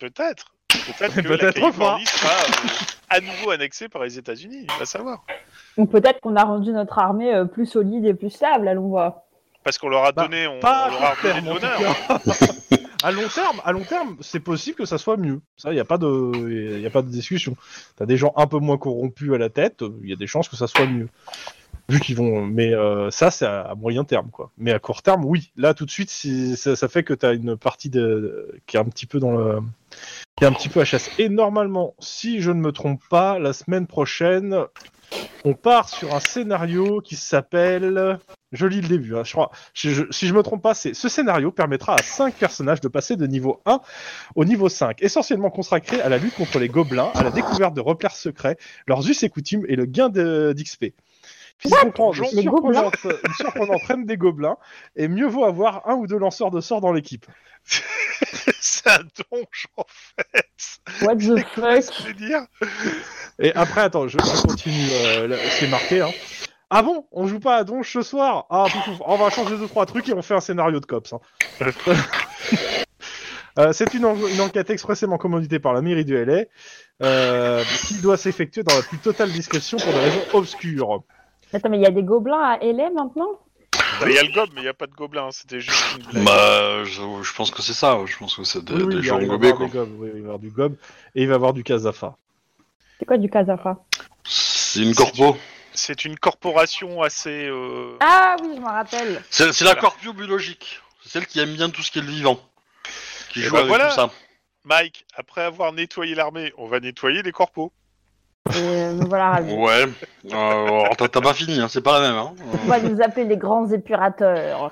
Peut-être. Peut-être que la
Peut-être pas.
Californie sera euh, à nouveau annexée par les États-Unis, à savoir.
Ou peut-être qu'on a rendu notre armée euh, plus solide et plus stable, allons voir.
Parce qu'on leur a
Bah,
donné, on,
Pas
on leur a
à court
redonné
terme.
de
en tout
l'honneur.
cas. à long terme, à long terme, c'est possible que ça soit mieux. Ça, il y a pas de, y a pas de discussion. T'as des gens un peu moins corrompus à la tête, il y a des chances que ça soit mieux. Vu qu'ils vont, mais euh, ça, c'est à à moyen terme, quoi. Mais à court terme, oui. Là, tout de suite, c'est- ça, ça fait que t'as une partie de, qui est un petit peu dans le, qui est un petit peu à chasse. Et normalement, si je ne me trompe pas, la semaine prochaine, on part sur un scénario qui s'appelle. Je lis le début, hein, je crois. Si je, si je me trompe pas, c'est ce scénario permettra à 5 personnages de passer de niveau 1 au niveau 5, essentiellement consacré à la lutte contre les gobelins, à la découverte de repères secrets, leurs us et coutumes et le gain de- d'XP. Puisqu'on comprend une
Les gobelins
surprenante, une surprenante reine des gobelins, et mieux vaut avoir un ou deux lanceurs de sorts dans l'équipe.
C'est un donjon, en fait.
What the fuck
Je veux dire.
Et après, attends, je, je continue, euh, là, c'est marqué. Hein. Ah bon, on joue pas à Donge ce soir Ah, pouf, pouf, on va changer deux trois trucs et on fait un scénario de cops. hein. Euh, c'est une, en- une enquête expressément commanditée par la mairie de LA, euh, qui doit s'effectuer dans la plus totale discrétion pour des raisons obscures.
Attends, mais il y a des gobelins à LA maintenant
Bah, Il y a le gobe, mais il n'y a pas de gobelin. hein, C'était juste une blague.
bah, je, je pense que c'est ça. Je pense que c'est des,
Oui, oui,
des
il y a-
gens
il va
gobés, quoi.
avoir des gobes, oui, oui, il va y avoir du gob et il va y avoir du casafa.
C'est quoi du Kazafa
C'est une corpo.
C'est une corporation assez. euh,
Ah oui, je m'en rappelle.
C'est c'est la
Voilà.
corpio biologique. C'est celle qui aime bien tout ce qui est le vivant. Qui
Et
joue
bah
avec
voilà.
tout ça.
Mike, après avoir nettoyé l'armée, on va nettoyer les corpos.
Et euh, me voilà ravi.
Ouais. Euh, alors, T'as t'as pas fini, hein, c'est pas la même. Hein.
On va nous appeler les grands épurateurs.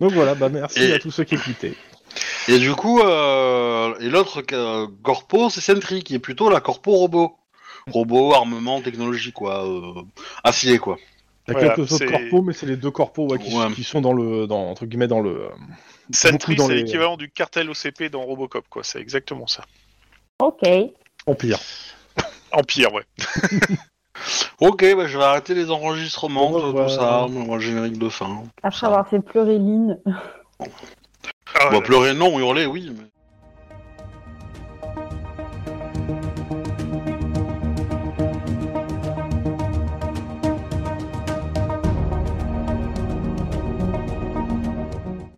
Donc voilà, bah merci
Et-
à tous ceux qui écoutaient.
Et du coup, euh, et l'autre euh, corpo, c'est Sentry, qui est plutôt la corpo robot. Robot, armement, technologie, quoi. Euh, acier, quoi.
T'as
Voilà,
quelques autres
c'est-
corpos, mais c'est les deux corpos ouais, qui,
Ouais.
qui sont dans le, dans, entre guillemets, dans le. euh,
Sentry,
dans
c'est
les-
l'équivalent du cartel OCP dans Robocop, quoi. C'est exactement ça.
Ok.
Empire.
Empire, ouais.
Ok, bah, je vais arrêter les enregistrements, euh,
Au
tout,
revoir.
tout ça, moi, le générique de fin.
Après avoir fait pleurer Lynn.
Ah,
On va pleurer, non, hurler, oui. mais-